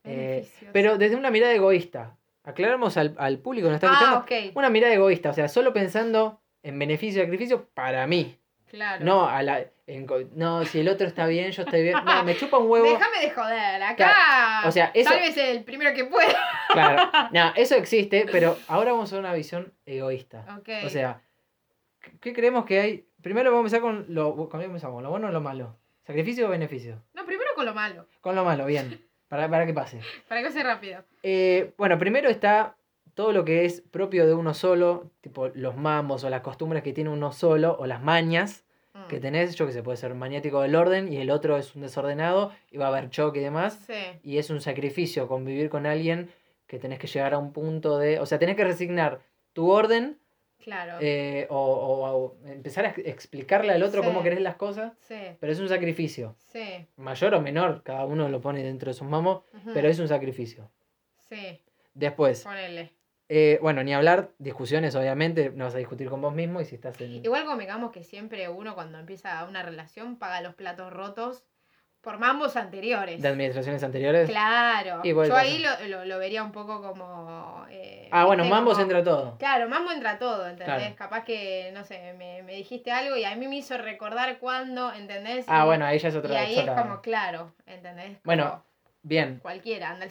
Speaker 1: Eh,
Speaker 2: beneficios.
Speaker 1: pero desde una mirada egoísta. Aclaramos al, al público que nos está escuchando.
Speaker 2: ah, ok.
Speaker 1: Una mirada egoísta, o sea, solo pensando en beneficio y sacrificio para mí.
Speaker 2: Claro.
Speaker 1: No, a la, en co- no, si el otro está bien, yo estoy bien. No, me chupa un huevo.
Speaker 2: Déjame de joder, acá.
Speaker 1: Claro, o sea, eso-
Speaker 2: Tal vez el primero que pueda.
Speaker 1: Claro, no, eso existe, pero ahora vamos a una visión egoísta.
Speaker 2: Ok.
Speaker 1: O sea, ¿qué creemos que hay? Primero vamos a empezar con lo, con qué empezamos? ¿Lo bueno o lo malo? ¿Sacrificio o beneficio?
Speaker 2: No, primero con lo malo,
Speaker 1: Con lo malo, bien, para, para que pase.
Speaker 2: para que sea rápido.
Speaker 1: Eh, bueno, primero está todo lo que es propio de uno solo, tipo los mamos o las costumbres que tiene uno solo o las mañas
Speaker 2: Mm.
Speaker 1: que tenés. Yo que sé, puede ser maniático del orden y el otro es un desordenado y va a haber choque y demás
Speaker 2: Sí,
Speaker 1: y es un sacrificio convivir con alguien que tenés que llegar a un punto de. O sea, tenés que resignar tu orden
Speaker 2: claro.
Speaker 1: eh, o, o- o empezar a ex- explicarle al otro
Speaker 2: Sí.
Speaker 1: cómo querés las cosas,
Speaker 2: Sí,
Speaker 1: pero es un sacrificio.
Speaker 2: sí.
Speaker 1: Mayor o menor, cada uno lo pone dentro de sus mamos,
Speaker 2: ujú,
Speaker 1: pero es un sacrificio.
Speaker 2: Sí,
Speaker 1: Después,
Speaker 2: ponele.
Speaker 1: eh, bueno, ni hablar, discusiones, obviamente, no vas a discutir con vos mismo y si estás en.
Speaker 2: Igual convengamos que siempre uno cuando empieza una relación paga los platos rotos por mambos anteriores.
Speaker 1: de administraciones anteriores.
Speaker 2: Claro.
Speaker 1: Igual
Speaker 2: Yo
Speaker 1: pasa.
Speaker 2: ahí lo, lo- lo vería un poco como. eh,
Speaker 1: Ah, bueno,
Speaker 2: ¿viste?
Speaker 1: mambos
Speaker 2: Como-
Speaker 1: entra todo.
Speaker 2: Claro, mambo entra todo, ¿entendés?
Speaker 1: Claro.
Speaker 2: Capaz que, no sé, me, me dijiste algo y a mí me hizo recordar cuándo, ¿entendés?
Speaker 1: Ah,
Speaker 2: Y-
Speaker 1: bueno, ahí ya es otra
Speaker 2: Y ahí es
Speaker 1: otra-
Speaker 2: como, claro, ¿entendés?
Speaker 1: Bueno,
Speaker 2: Como
Speaker 1: Bien.
Speaker 2: Cualquiera, anda al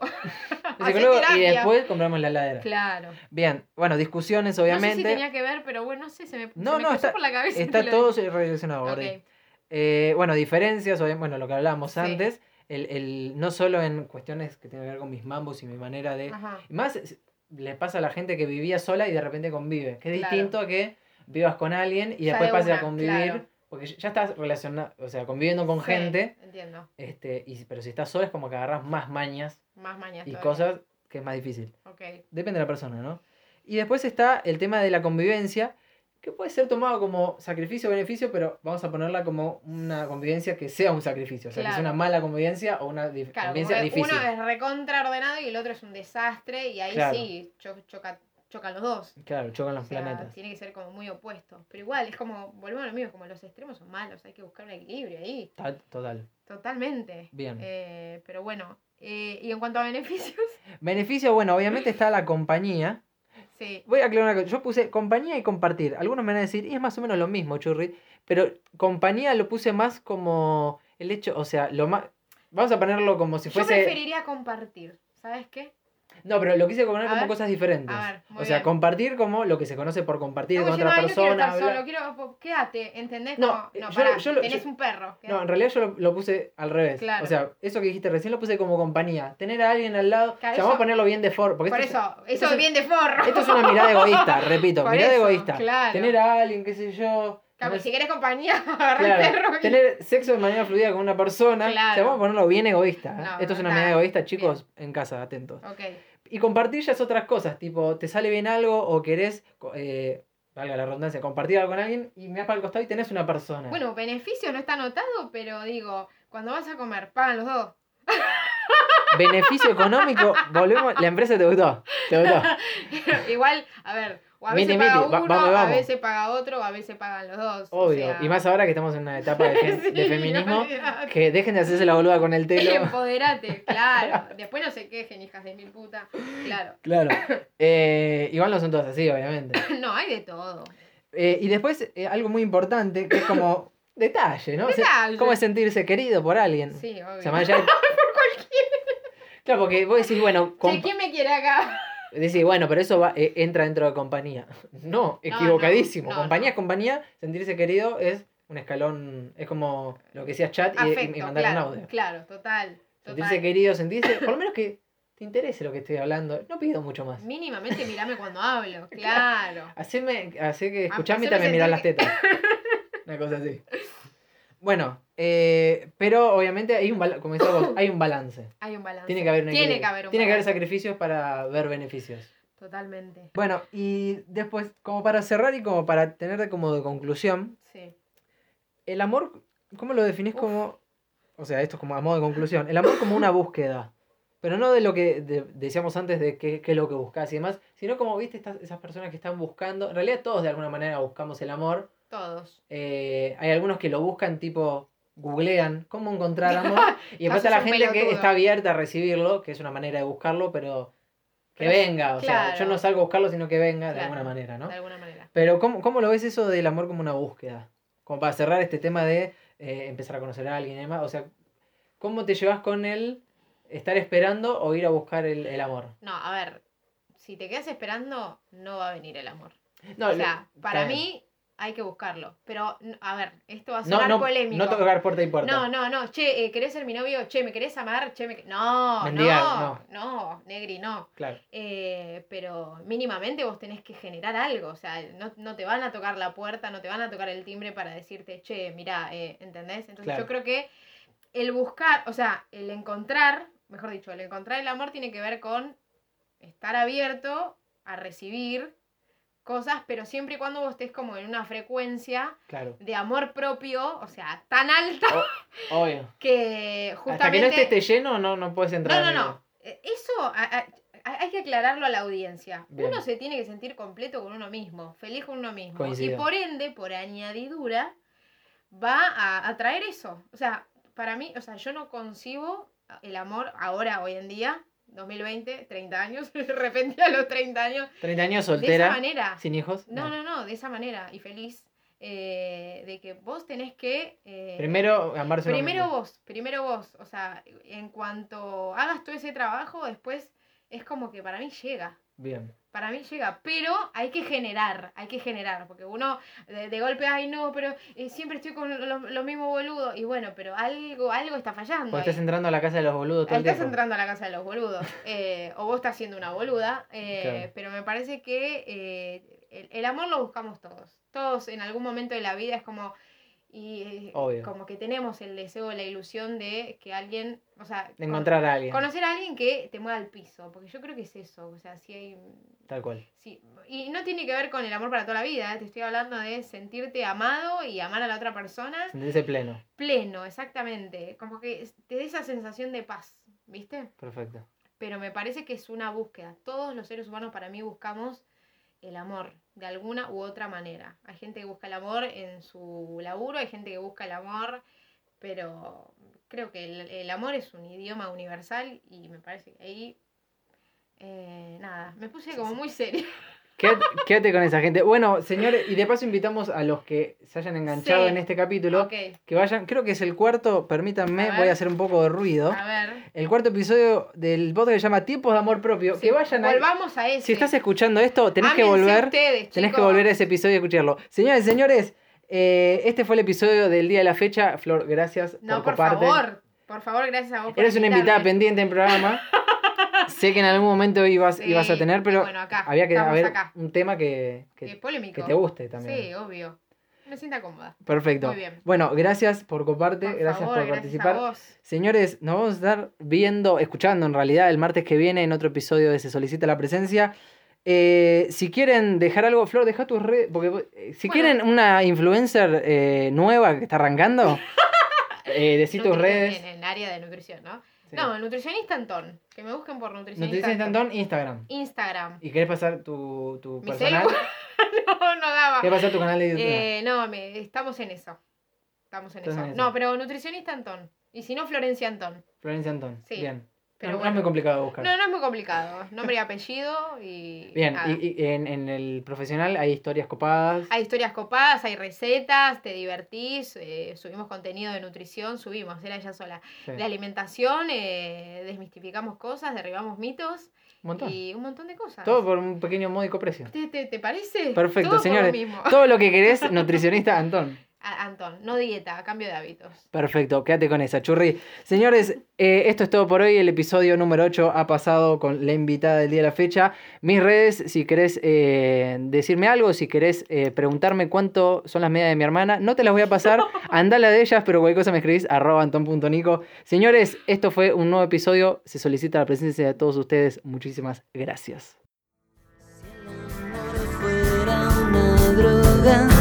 Speaker 1: El
Speaker 2: Hacer
Speaker 1: psicólogo y
Speaker 2: Ah, terapia.
Speaker 1: después compramos la heladera.
Speaker 2: Claro.
Speaker 1: Bien, bueno, discusiones,
Speaker 2: No sé si
Speaker 1: obviamente.
Speaker 2: tenía que ver, pero bueno, no sé, se me, se
Speaker 1: No,
Speaker 2: me
Speaker 1: no,
Speaker 2: cruzó
Speaker 1: está-
Speaker 2: por la cabeza. y te
Speaker 1: Está
Speaker 2: lo
Speaker 1: todo
Speaker 2: dije.
Speaker 1: relacionado, Gordi.
Speaker 2: Ok.
Speaker 1: Eh, bueno, diferencias, obvia- bueno, lo que hablábamos
Speaker 2: Sí.
Speaker 1: antes, el, el- no solo en cuestiones que tienen que ver con mis mambos y mi manera de...
Speaker 2: Ajá.
Speaker 1: Más es- le pasa a la gente que vivía sola y de repente convive, que es
Speaker 2: Claro.
Speaker 1: distinto a que vivas con alguien y
Speaker 2: Ya
Speaker 1: después
Speaker 2: de
Speaker 1: pases a
Speaker 2: una,
Speaker 1: convivir,
Speaker 2: claro.
Speaker 1: porque ya estás relacionado, o sea, conviviendo con
Speaker 2: Sí,
Speaker 1: gente,
Speaker 2: Entiendo.
Speaker 1: este, y, pero si estás sola es como que agarras más mañas
Speaker 2: Más mañana.
Speaker 1: y cosas que es más difícil.
Speaker 2: Ok.
Speaker 1: Depende de la persona, ¿no? Y después está el tema de la convivencia, que puede ser tomado como sacrificio o beneficio, pero vamos a ponerla como una convivencia que sea un sacrificio, o sea, que sea
Speaker 2: Claro.
Speaker 1: una mala convivencia o una dif-
Speaker 2: Claro, como
Speaker 1: convivencia
Speaker 2: que
Speaker 1: difícil.
Speaker 2: uno es recontraordenado y el otro es un desastre y ahí
Speaker 1: Claro.
Speaker 2: sí, cho- choca, chocan los dos.
Speaker 1: Claro, chocan los
Speaker 2: O sea,
Speaker 1: planetas.
Speaker 2: tiene que ser como muy opuesto. Pero igual, es como, volvemos a lo mismo, como los extremos son malos, hay que buscar un equilibrio ahí.
Speaker 1: Ta- Total.
Speaker 2: Totalmente.
Speaker 1: Bien.
Speaker 2: Eh, pero bueno, eh, y en cuanto a beneficios,
Speaker 1: Beneficio, bueno, obviamente está la compañía.
Speaker 2: sí.
Speaker 1: Voy a aclarar una cosa. Yo puse compañía y compartir. Algunos me van a decir, y es más o menos lo mismo, churri. Pero compañía lo puse más como el hecho, o sea, lo más. Vamos a ponerlo como si
Speaker 2: Yo
Speaker 1: fuese.
Speaker 2: preferiría compartir, ¿sabes qué?
Speaker 1: No, pero lo quise poner
Speaker 2: A
Speaker 1: como
Speaker 2: ver.
Speaker 1: cosas diferentes.
Speaker 2: A ver, muy
Speaker 1: o sea,
Speaker 2: bien.
Speaker 1: compartir como lo que se conoce por compartir
Speaker 2: No,
Speaker 1: con otra
Speaker 2: yo no, ay, no quiero
Speaker 1: persona.
Speaker 2: estar
Speaker 1: bla-
Speaker 2: solo, quiero, po- quédate, ¿entendés?
Speaker 1: No,
Speaker 2: No,
Speaker 1: eh,
Speaker 2: no,
Speaker 1: yo-
Speaker 2: pará,
Speaker 1: yo lo-
Speaker 2: tenés
Speaker 1: yo-
Speaker 2: un perro.
Speaker 1: No,
Speaker 2: quédate.
Speaker 1: en realidad yo lo, lo puse al revés.
Speaker 2: Claro.
Speaker 1: O sea, eso que dijiste recién lo puse como compañía. Tener a alguien al lado.
Speaker 2: Claro,
Speaker 1: o sea, vamos a
Speaker 2: eso-
Speaker 1: ponerlo bien de forma. Porque
Speaker 2: Por
Speaker 1: esto,
Speaker 2: eso, eso
Speaker 1: esto es-
Speaker 2: es bien de forro.
Speaker 1: Es, esto es una mirada egoísta, repito,
Speaker 2: Por
Speaker 1: mirada
Speaker 2: eso,
Speaker 1: egoísta.
Speaker 2: claro.
Speaker 1: Tener a alguien, qué sé yo.
Speaker 2: Claro,
Speaker 1: no
Speaker 2: si
Speaker 1: sé,
Speaker 2: querés compañía, agarra el
Speaker 1: claro,
Speaker 2: perro. y-
Speaker 1: Tener sexo de manera fluida con una persona. O sea,
Speaker 2: Claro.
Speaker 1: vamos a ponerlo bien egoísta. ¿eh?
Speaker 2: No,
Speaker 1: Esto es una
Speaker 2: está.
Speaker 1: mirada egoísta, chicos, en casa, atentos.
Speaker 2: Ok,
Speaker 1: Y compartir ya es otras cosas, tipo, te sale bien algo o querés, co- eh, valga la redundancia, compartir algo con alguien y mirás para el costado y tenés una persona.
Speaker 2: bueno, beneficio no está anotado, pero digo, cuando vas a comer, pagan los dos.
Speaker 1: Beneficio económico, volvemos, la empresa te gustó, te gustó.
Speaker 2: Igual, a ver, o a
Speaker 1: Mini,
Speaker 2: veces paga
Speaker 1: mini, va-
Speaker 2: uno,
Speaker 1: vamos,
Speaker 2: a
Speaker 1: vamos.
Speaker 2: veces paga otro, o a veces pagan los dos. o
Speaker 1: Obvio,
Speaker 2: sea-
Speaker 1: y más ahora que estamos en una etapa de, gen- de
Speaker 2: ah. Sí,
Speaker 1: feminismo,
Speaker 2: olvidate.
Speaker 1: que dejen de hacerse la boluda con el telo.
Speaker 2: Empoderate, claro. Después no se quejen, hijas de mil puta. Claro.
Speaker 1: Claro. Eh, igual no son todas así, obviamente.
Speaker 2: No, hay de todo.
Speaker 1: Eh, y después, eh, algo muy importante, que es como detalle, ¿no? Se-
Speaker 2: Detalle.
Speaker 1: Cómo es sentirse querido por alguien.
Speaker 2: Sí, obvio.
Speaker 1: O sea, más allá de- Claro, porque vos decís, bueno,
Speaker 2: Che,
Speaker 1: compa-
Speaker 2: ¿Quién me quiere acá?
Speaker 1: Decís, bueno, pero eso va, eh, entra dentro de compañía. No, equivocadísimo.
Speaker 2: no, no.
Speaker 1: compañía es compañía, sentirse querido es un escalón, es como lo que decías chat y- y,
Speaker 2: Afecto,
Speaker 1: y mandar
Speaker 2: claro,
Speaker 1: un audio.
Speaker 2: claro, total.
Speaker 1: Sentirse
Speaker 2: total.
Speaker 1: querido, sentirse, por lo menos que te interese lo que estoy hablando, no pido mucho más.
Speaker 2: Mínimamente mirame cuando hablo, claro.
Speaker 1: Haceme, hace que escuchame y
Speaker 2: Ah, haceme
Speaker 1: también mirá las
Speaker 2: sentir
Speaker 1: tetas. Una cosa así. Bueno, eh, pero obviamente hay un, bala- como decías vos, hay un balance.
Speaker 2: Hay un balance.
Speaker 1: Tiene que haber un
Speaker 2: Tiene que
Speaker 1: equilibrio.
Speaker 2: haber un
Speaker 1: Tiene que haber
Speaker 2: balance.
Speaker 1: sacrificios para ver beneficios.
Speaker 2: Totalmente.
Speaker 1: Bueno, y después, como para cerrar y como para tener como de conclusión,
Speaker 2: Sí.
Speaker 1: el amor, ¿cómo lo definís
Speaker 2: Uf.
Speaker 1: como, o sea, esto es como a modo de conclusión, el amor como una búsqueda, pero no de lo que de- decíamos antes de qué qué es lo que buscas y demás, sino como, viste, estas, esas personas que están buscando, en realidad todos de alguna manera buscamos el amor,
Speaker 2: Todos.
Speaker 1: eh, hay algunos que lo buscan tipo, googlean, cómo encontrar amor, y después
Speaker 2: Sos
Speaker 1: está la
Speaker 2: un
Speaker 1: gente que
Speaker 2: pelotudo.
Speaker 1: está abierta a recibirlo, que es una manera de buscarlo, pero... Que
Speaker 2: Pero-
Speaker 1: venga, o sea,
Speaker 2: claro.
Speaker 1: yo no salgo a buscarlo, sino que venga de
Speaker 2: Claro.
Speaker 1: alguna manera, ¿no?
Speaker 2: De alguna manera.
Speaker 1: Pero ¿cómo, ¿cómo lo ves eso del amor como una búsqueda? Como para cerrar este tema de eh, empezar a conocer a alguien y demás. O sea, ¿cómo te llevas con el estar esperando o ir a buscar el, el amor?
Speaker 2: No, a ver. Si te quedas esperando, no va a venir el amor.
Speaker 1: No,
Speaker 2: O sea,
Speaker 1: lo-
Speaker 2: para
Speaker 1: está bien.
Speaker 2: mí hay que buscarlo. Pero, n- a ver, esto va a
Speaker 1: no,
Speaker 2: sonar
Speaker 1: no,
Speaker 2: polémico.
Speaker 1: no tocar puerta y puerta.
Speaker 2: No, no, no. Che, eh, ¿querés ser mi novio? Che, ¿me querés amar? Che, me... que- No,
Speaker 1: Mendigar,
Speaker 2: no, no. Negri, no.
Speaker 1: Claro.
Speaker 2: Eh, pero mínimamente vos tenés que generar algo. O sea, no, no te van a tocar la puerta, no te van a tocar el timbre para decirte, che, mirá, eh, ¿entendés? Entonces
Speaker 1: Claro.
Speaker 2: yo creo que el buscar, o sea, el encontrar, mejor dicho, el encontrar el amor tiene que ver con estar abierto a recibir cosas, pero siempre y cuando vos estés como en una frecuencia
Speaker 1: Claro.
Speaker 2: de amor propio, o sea, tan alta
Speaker 1: Obvio.
Speaker 2: que justamente...
Speaker 1: Hasta que no esté, este lleno, no, no puedes
Speaker 2: No,
Speaker 1: entrar.
Speaker 2: no,
Speaker 1: en
Speaker 2: no. Eh, Eso a- a- a- hay que aclararlo a la audiencia.
Speaker 1: Bien.
Speaker 2: Uno se tiene que sentir completo con uno mismo, feliz con uno mismo.
Speaker 1: Coincido.
Speaker 2: Y por ende, por añadidura, va a atraer eso. O sea, para mí, o sea, yo no concibo el amor ahora, hoy en día, 2020, 30 años, de repente a los 30 años,
Speaker 1: 30 años
Speaker 2: de esa
Speaker 1: soltera,
Speaker 2: manera.
Speaker 1: sin hijos.
Speaker 2: No, no, no, de esa manera y feliz. eh, de que vos tenés que. eh,
Speaker 1: Primero amarse uno
Speaker 2: primero
Speaker 1: mismo.
Speaker 2: vos, primero vos. O sea, en cuanto hagas todo ese trabajo, después es como que para mí llega.
Speaker 1: Bien.
Speaker 2: Para mí llega, pero hay que generar, hay que generar, porque uno de, de golpe, ay no, pero eh, siempre estoy con lo- los mismos boludos. Y bueno, pero algo, algo está fallando.
Speaker 1: Porque
Speaker 2: ahí.
Speaker 1: estás entrando a la casa de los boludos todo
Speaker 2: Ahí
Speaker 1: el
Speaker 2: estás
Speaker 1: tiempo.
Speaker 2: entrando a la casa de los boludos. eh, o vos estás siendo una boluda. eh,
Speaker 1: Claro.
Speaker 2: Pero me parece que eh, el, el amor lo buscamos todos. Todos en algún momento de la vida es como. Y eh,
Speaker 1: Obvio.
Speaker 2: como que tenemos el deseo, la ilusión de que alguien. O sea,
Speaker 1: De
Speaker 2: con-
Speaker 1: encontrar a alguien.
Speaker 2: conocer a alguien que te mueva al piso. Porque yo creo que es eso. O sea, si hay.
Speaker 1: Tal cual.
Speaker 2: si- y no tiene que ver con el amor para toda la vida. eh, Te estoy hablando de sentirte amado y amar a la otra persona.
Speaker 1: Sentirse pleno.
Speaker 2: Pleno, exactamente. Como que te dé esa sensación de paz. ¿Viste?
Speaker 1: Perfecto.
Speaker 2: pero me parece que es una búsqueda. Todos los seres humanos para mí buscamos el amor de alguna u otra manera. Hay gente que busca el amor en su laburo, hay gente que busca el amor, pero creo que el, el amor es un idioma universal y me parece que ahí... eh, nada, me puse como muy seria.
Speaker 1: Quédate, quédate con esa gente. Bueno, señores, y de paso invitamos a los que se hayan enganchado
Speaker 2: Sí.
Speaker 1: en este capítulo
Speaker 2: ok,
Speaker 1: que vayan. Creo que es el cuarto, permítanme,
Speaker 2: A ver.
Speaker 1: voy a hacer un poco de ruido.
Speaker 2: a ver.
Speaker 1: El cuarto episodio del podcast que se llama Tiempos de Amor Propio.
Speaker 2: Sí,
Speaker 1: que vayan a.
Speaker 2: Volvamos a eso.
Speaker 1: Si estás escuchando esto, tenés que volver. Tenés que volver a ese episodio y escucharlo. Señoras y señores, eh, este fue el episodio del día de la fecha. Flor, gracias
Speaker 2: No,
Speaker 1: por
Speaker 2: por,
Speaker 1: coparte.
Speaker 2: favor. Por favor, gracias a vos. por
Speaker 1: Eres una invitada
Speaker 2: invitarme.
Speaker 1: pendiente en programa. sé que en algún momento ibas,
Speaker 2: Sí,
Speaker 1: ibas a tener, pero
Speaker 2: bueno, acá,
Speaker 1: había que
Speaker 2: estamos
Speaker 1: haber
Speaker 2: acá.
Speaker 1: un tema que, que-
Speaker 2: Qué polémico.
Speaker 1: que te guste también.
Speaker 2: Sí, obvio. Me sienta cómoda.
Speaker 1: Perfecto.
Speaker 2: Muy bien.
Speaker 1: Bueno, gracias por coparte,
Speaker 2: Por
Speaker 1: gracias
Speaker 2: favor,
Speaker 1: por participar.
Speaker 2: a vos.
Speaker 1: Señores, nos vamos a estar viendo, escuchando en realidad el martes que viene en otro episodio de Se Solicita la Presencia. Eh, si quieren dejar algo, Flor, deja tus redes. Porque vos- eh, si
Speaker 2: Bueno.
Speaker 1: quieren una influencer eh, nueva que está arrancando, eh, decí tus
Speaker 2: Nutri-
Speaker 1: redes.
Speaker 2: En el área de nutrición, ¿no?
Speaker 1: Sí.
Speaker 2: No, nutricionista Antón. Que me busquen por nutricionista.
Speaker 1: Nutrición Instantón, Instagram.
Speaker 2: Instagram.
Speaker 1: ¿Y querés pasar tu, tu
Speaker 2: Mi
Speaker 1: personal?
Speaker 2: celu- no, no daba.
Speaker 1: ¿Querés pasar tu canal de YouTube?
Speaker 2: Eh, no, me, estamos en eso. Estamos en
Speaker 1: Estás
Speaker 2: eso.
Speaker 1: en eso.
Speaker 2: No, pero nutricionista Antón. Y si no, Florencia Antón.
Speaker 1: Florencia Antón.
Speaker 2: sí,
Speaker 1: Bien.
Speaker 2: Pero
Speaker 1: no, no
Speaker 2: bueno.
Speaker 1: es muy complicado de buscar.
Speaker 2: No, no es muy complicado. Nombre y apellido y.
Speaker 1: Bien,
Speaker 2: nada.
Speaker 1: y, y en, en el profesional hay historias copadas.
Speaker 2: Hay historias copadas, hay recetas, te divertís, eh, subimos contenido de nutrición, subimos, era ella sola.
Speaker 1: Sí,
Speaker 2: De alimentación, eh, desmistificamos cosas, derribamos mitos
Speaker 1: Un montón.
Speaker 2: y un montón de cosas.
Speaker 1: Todo por un pequeño módico precio.
Speaker 2: ¿Te, te, te parece?
Speaker 1: Perfecto,
Speaker 2: Todo por
Speaker 1: señores.
Speaker 2: lo mismo.
Speaker 1: Todo lo que querés, nutricionista Antón.
Speaker 2: A- Antón, no dieta, cambio de hábitos.
Speaker 1: Perfecto, quédate con esa, churri. Señores, eh, esto es todo por hoy. El episodio número 8 ha pasado con la invitada del día de la fecha. Mis redes, si querés eh, decirme algo, si querés eh, preguntarme cuánto son las medias de mi hermana, no te las voy a pasar. Andá la de ellas, pero cualquier cosa me escribís arroba anton.nico. Señores, esto fue un nuevo episodio. Se solicita la presencia de todos ustedes. Muchísimas gracias.
Speaker 3: Si el amor fuera una droga,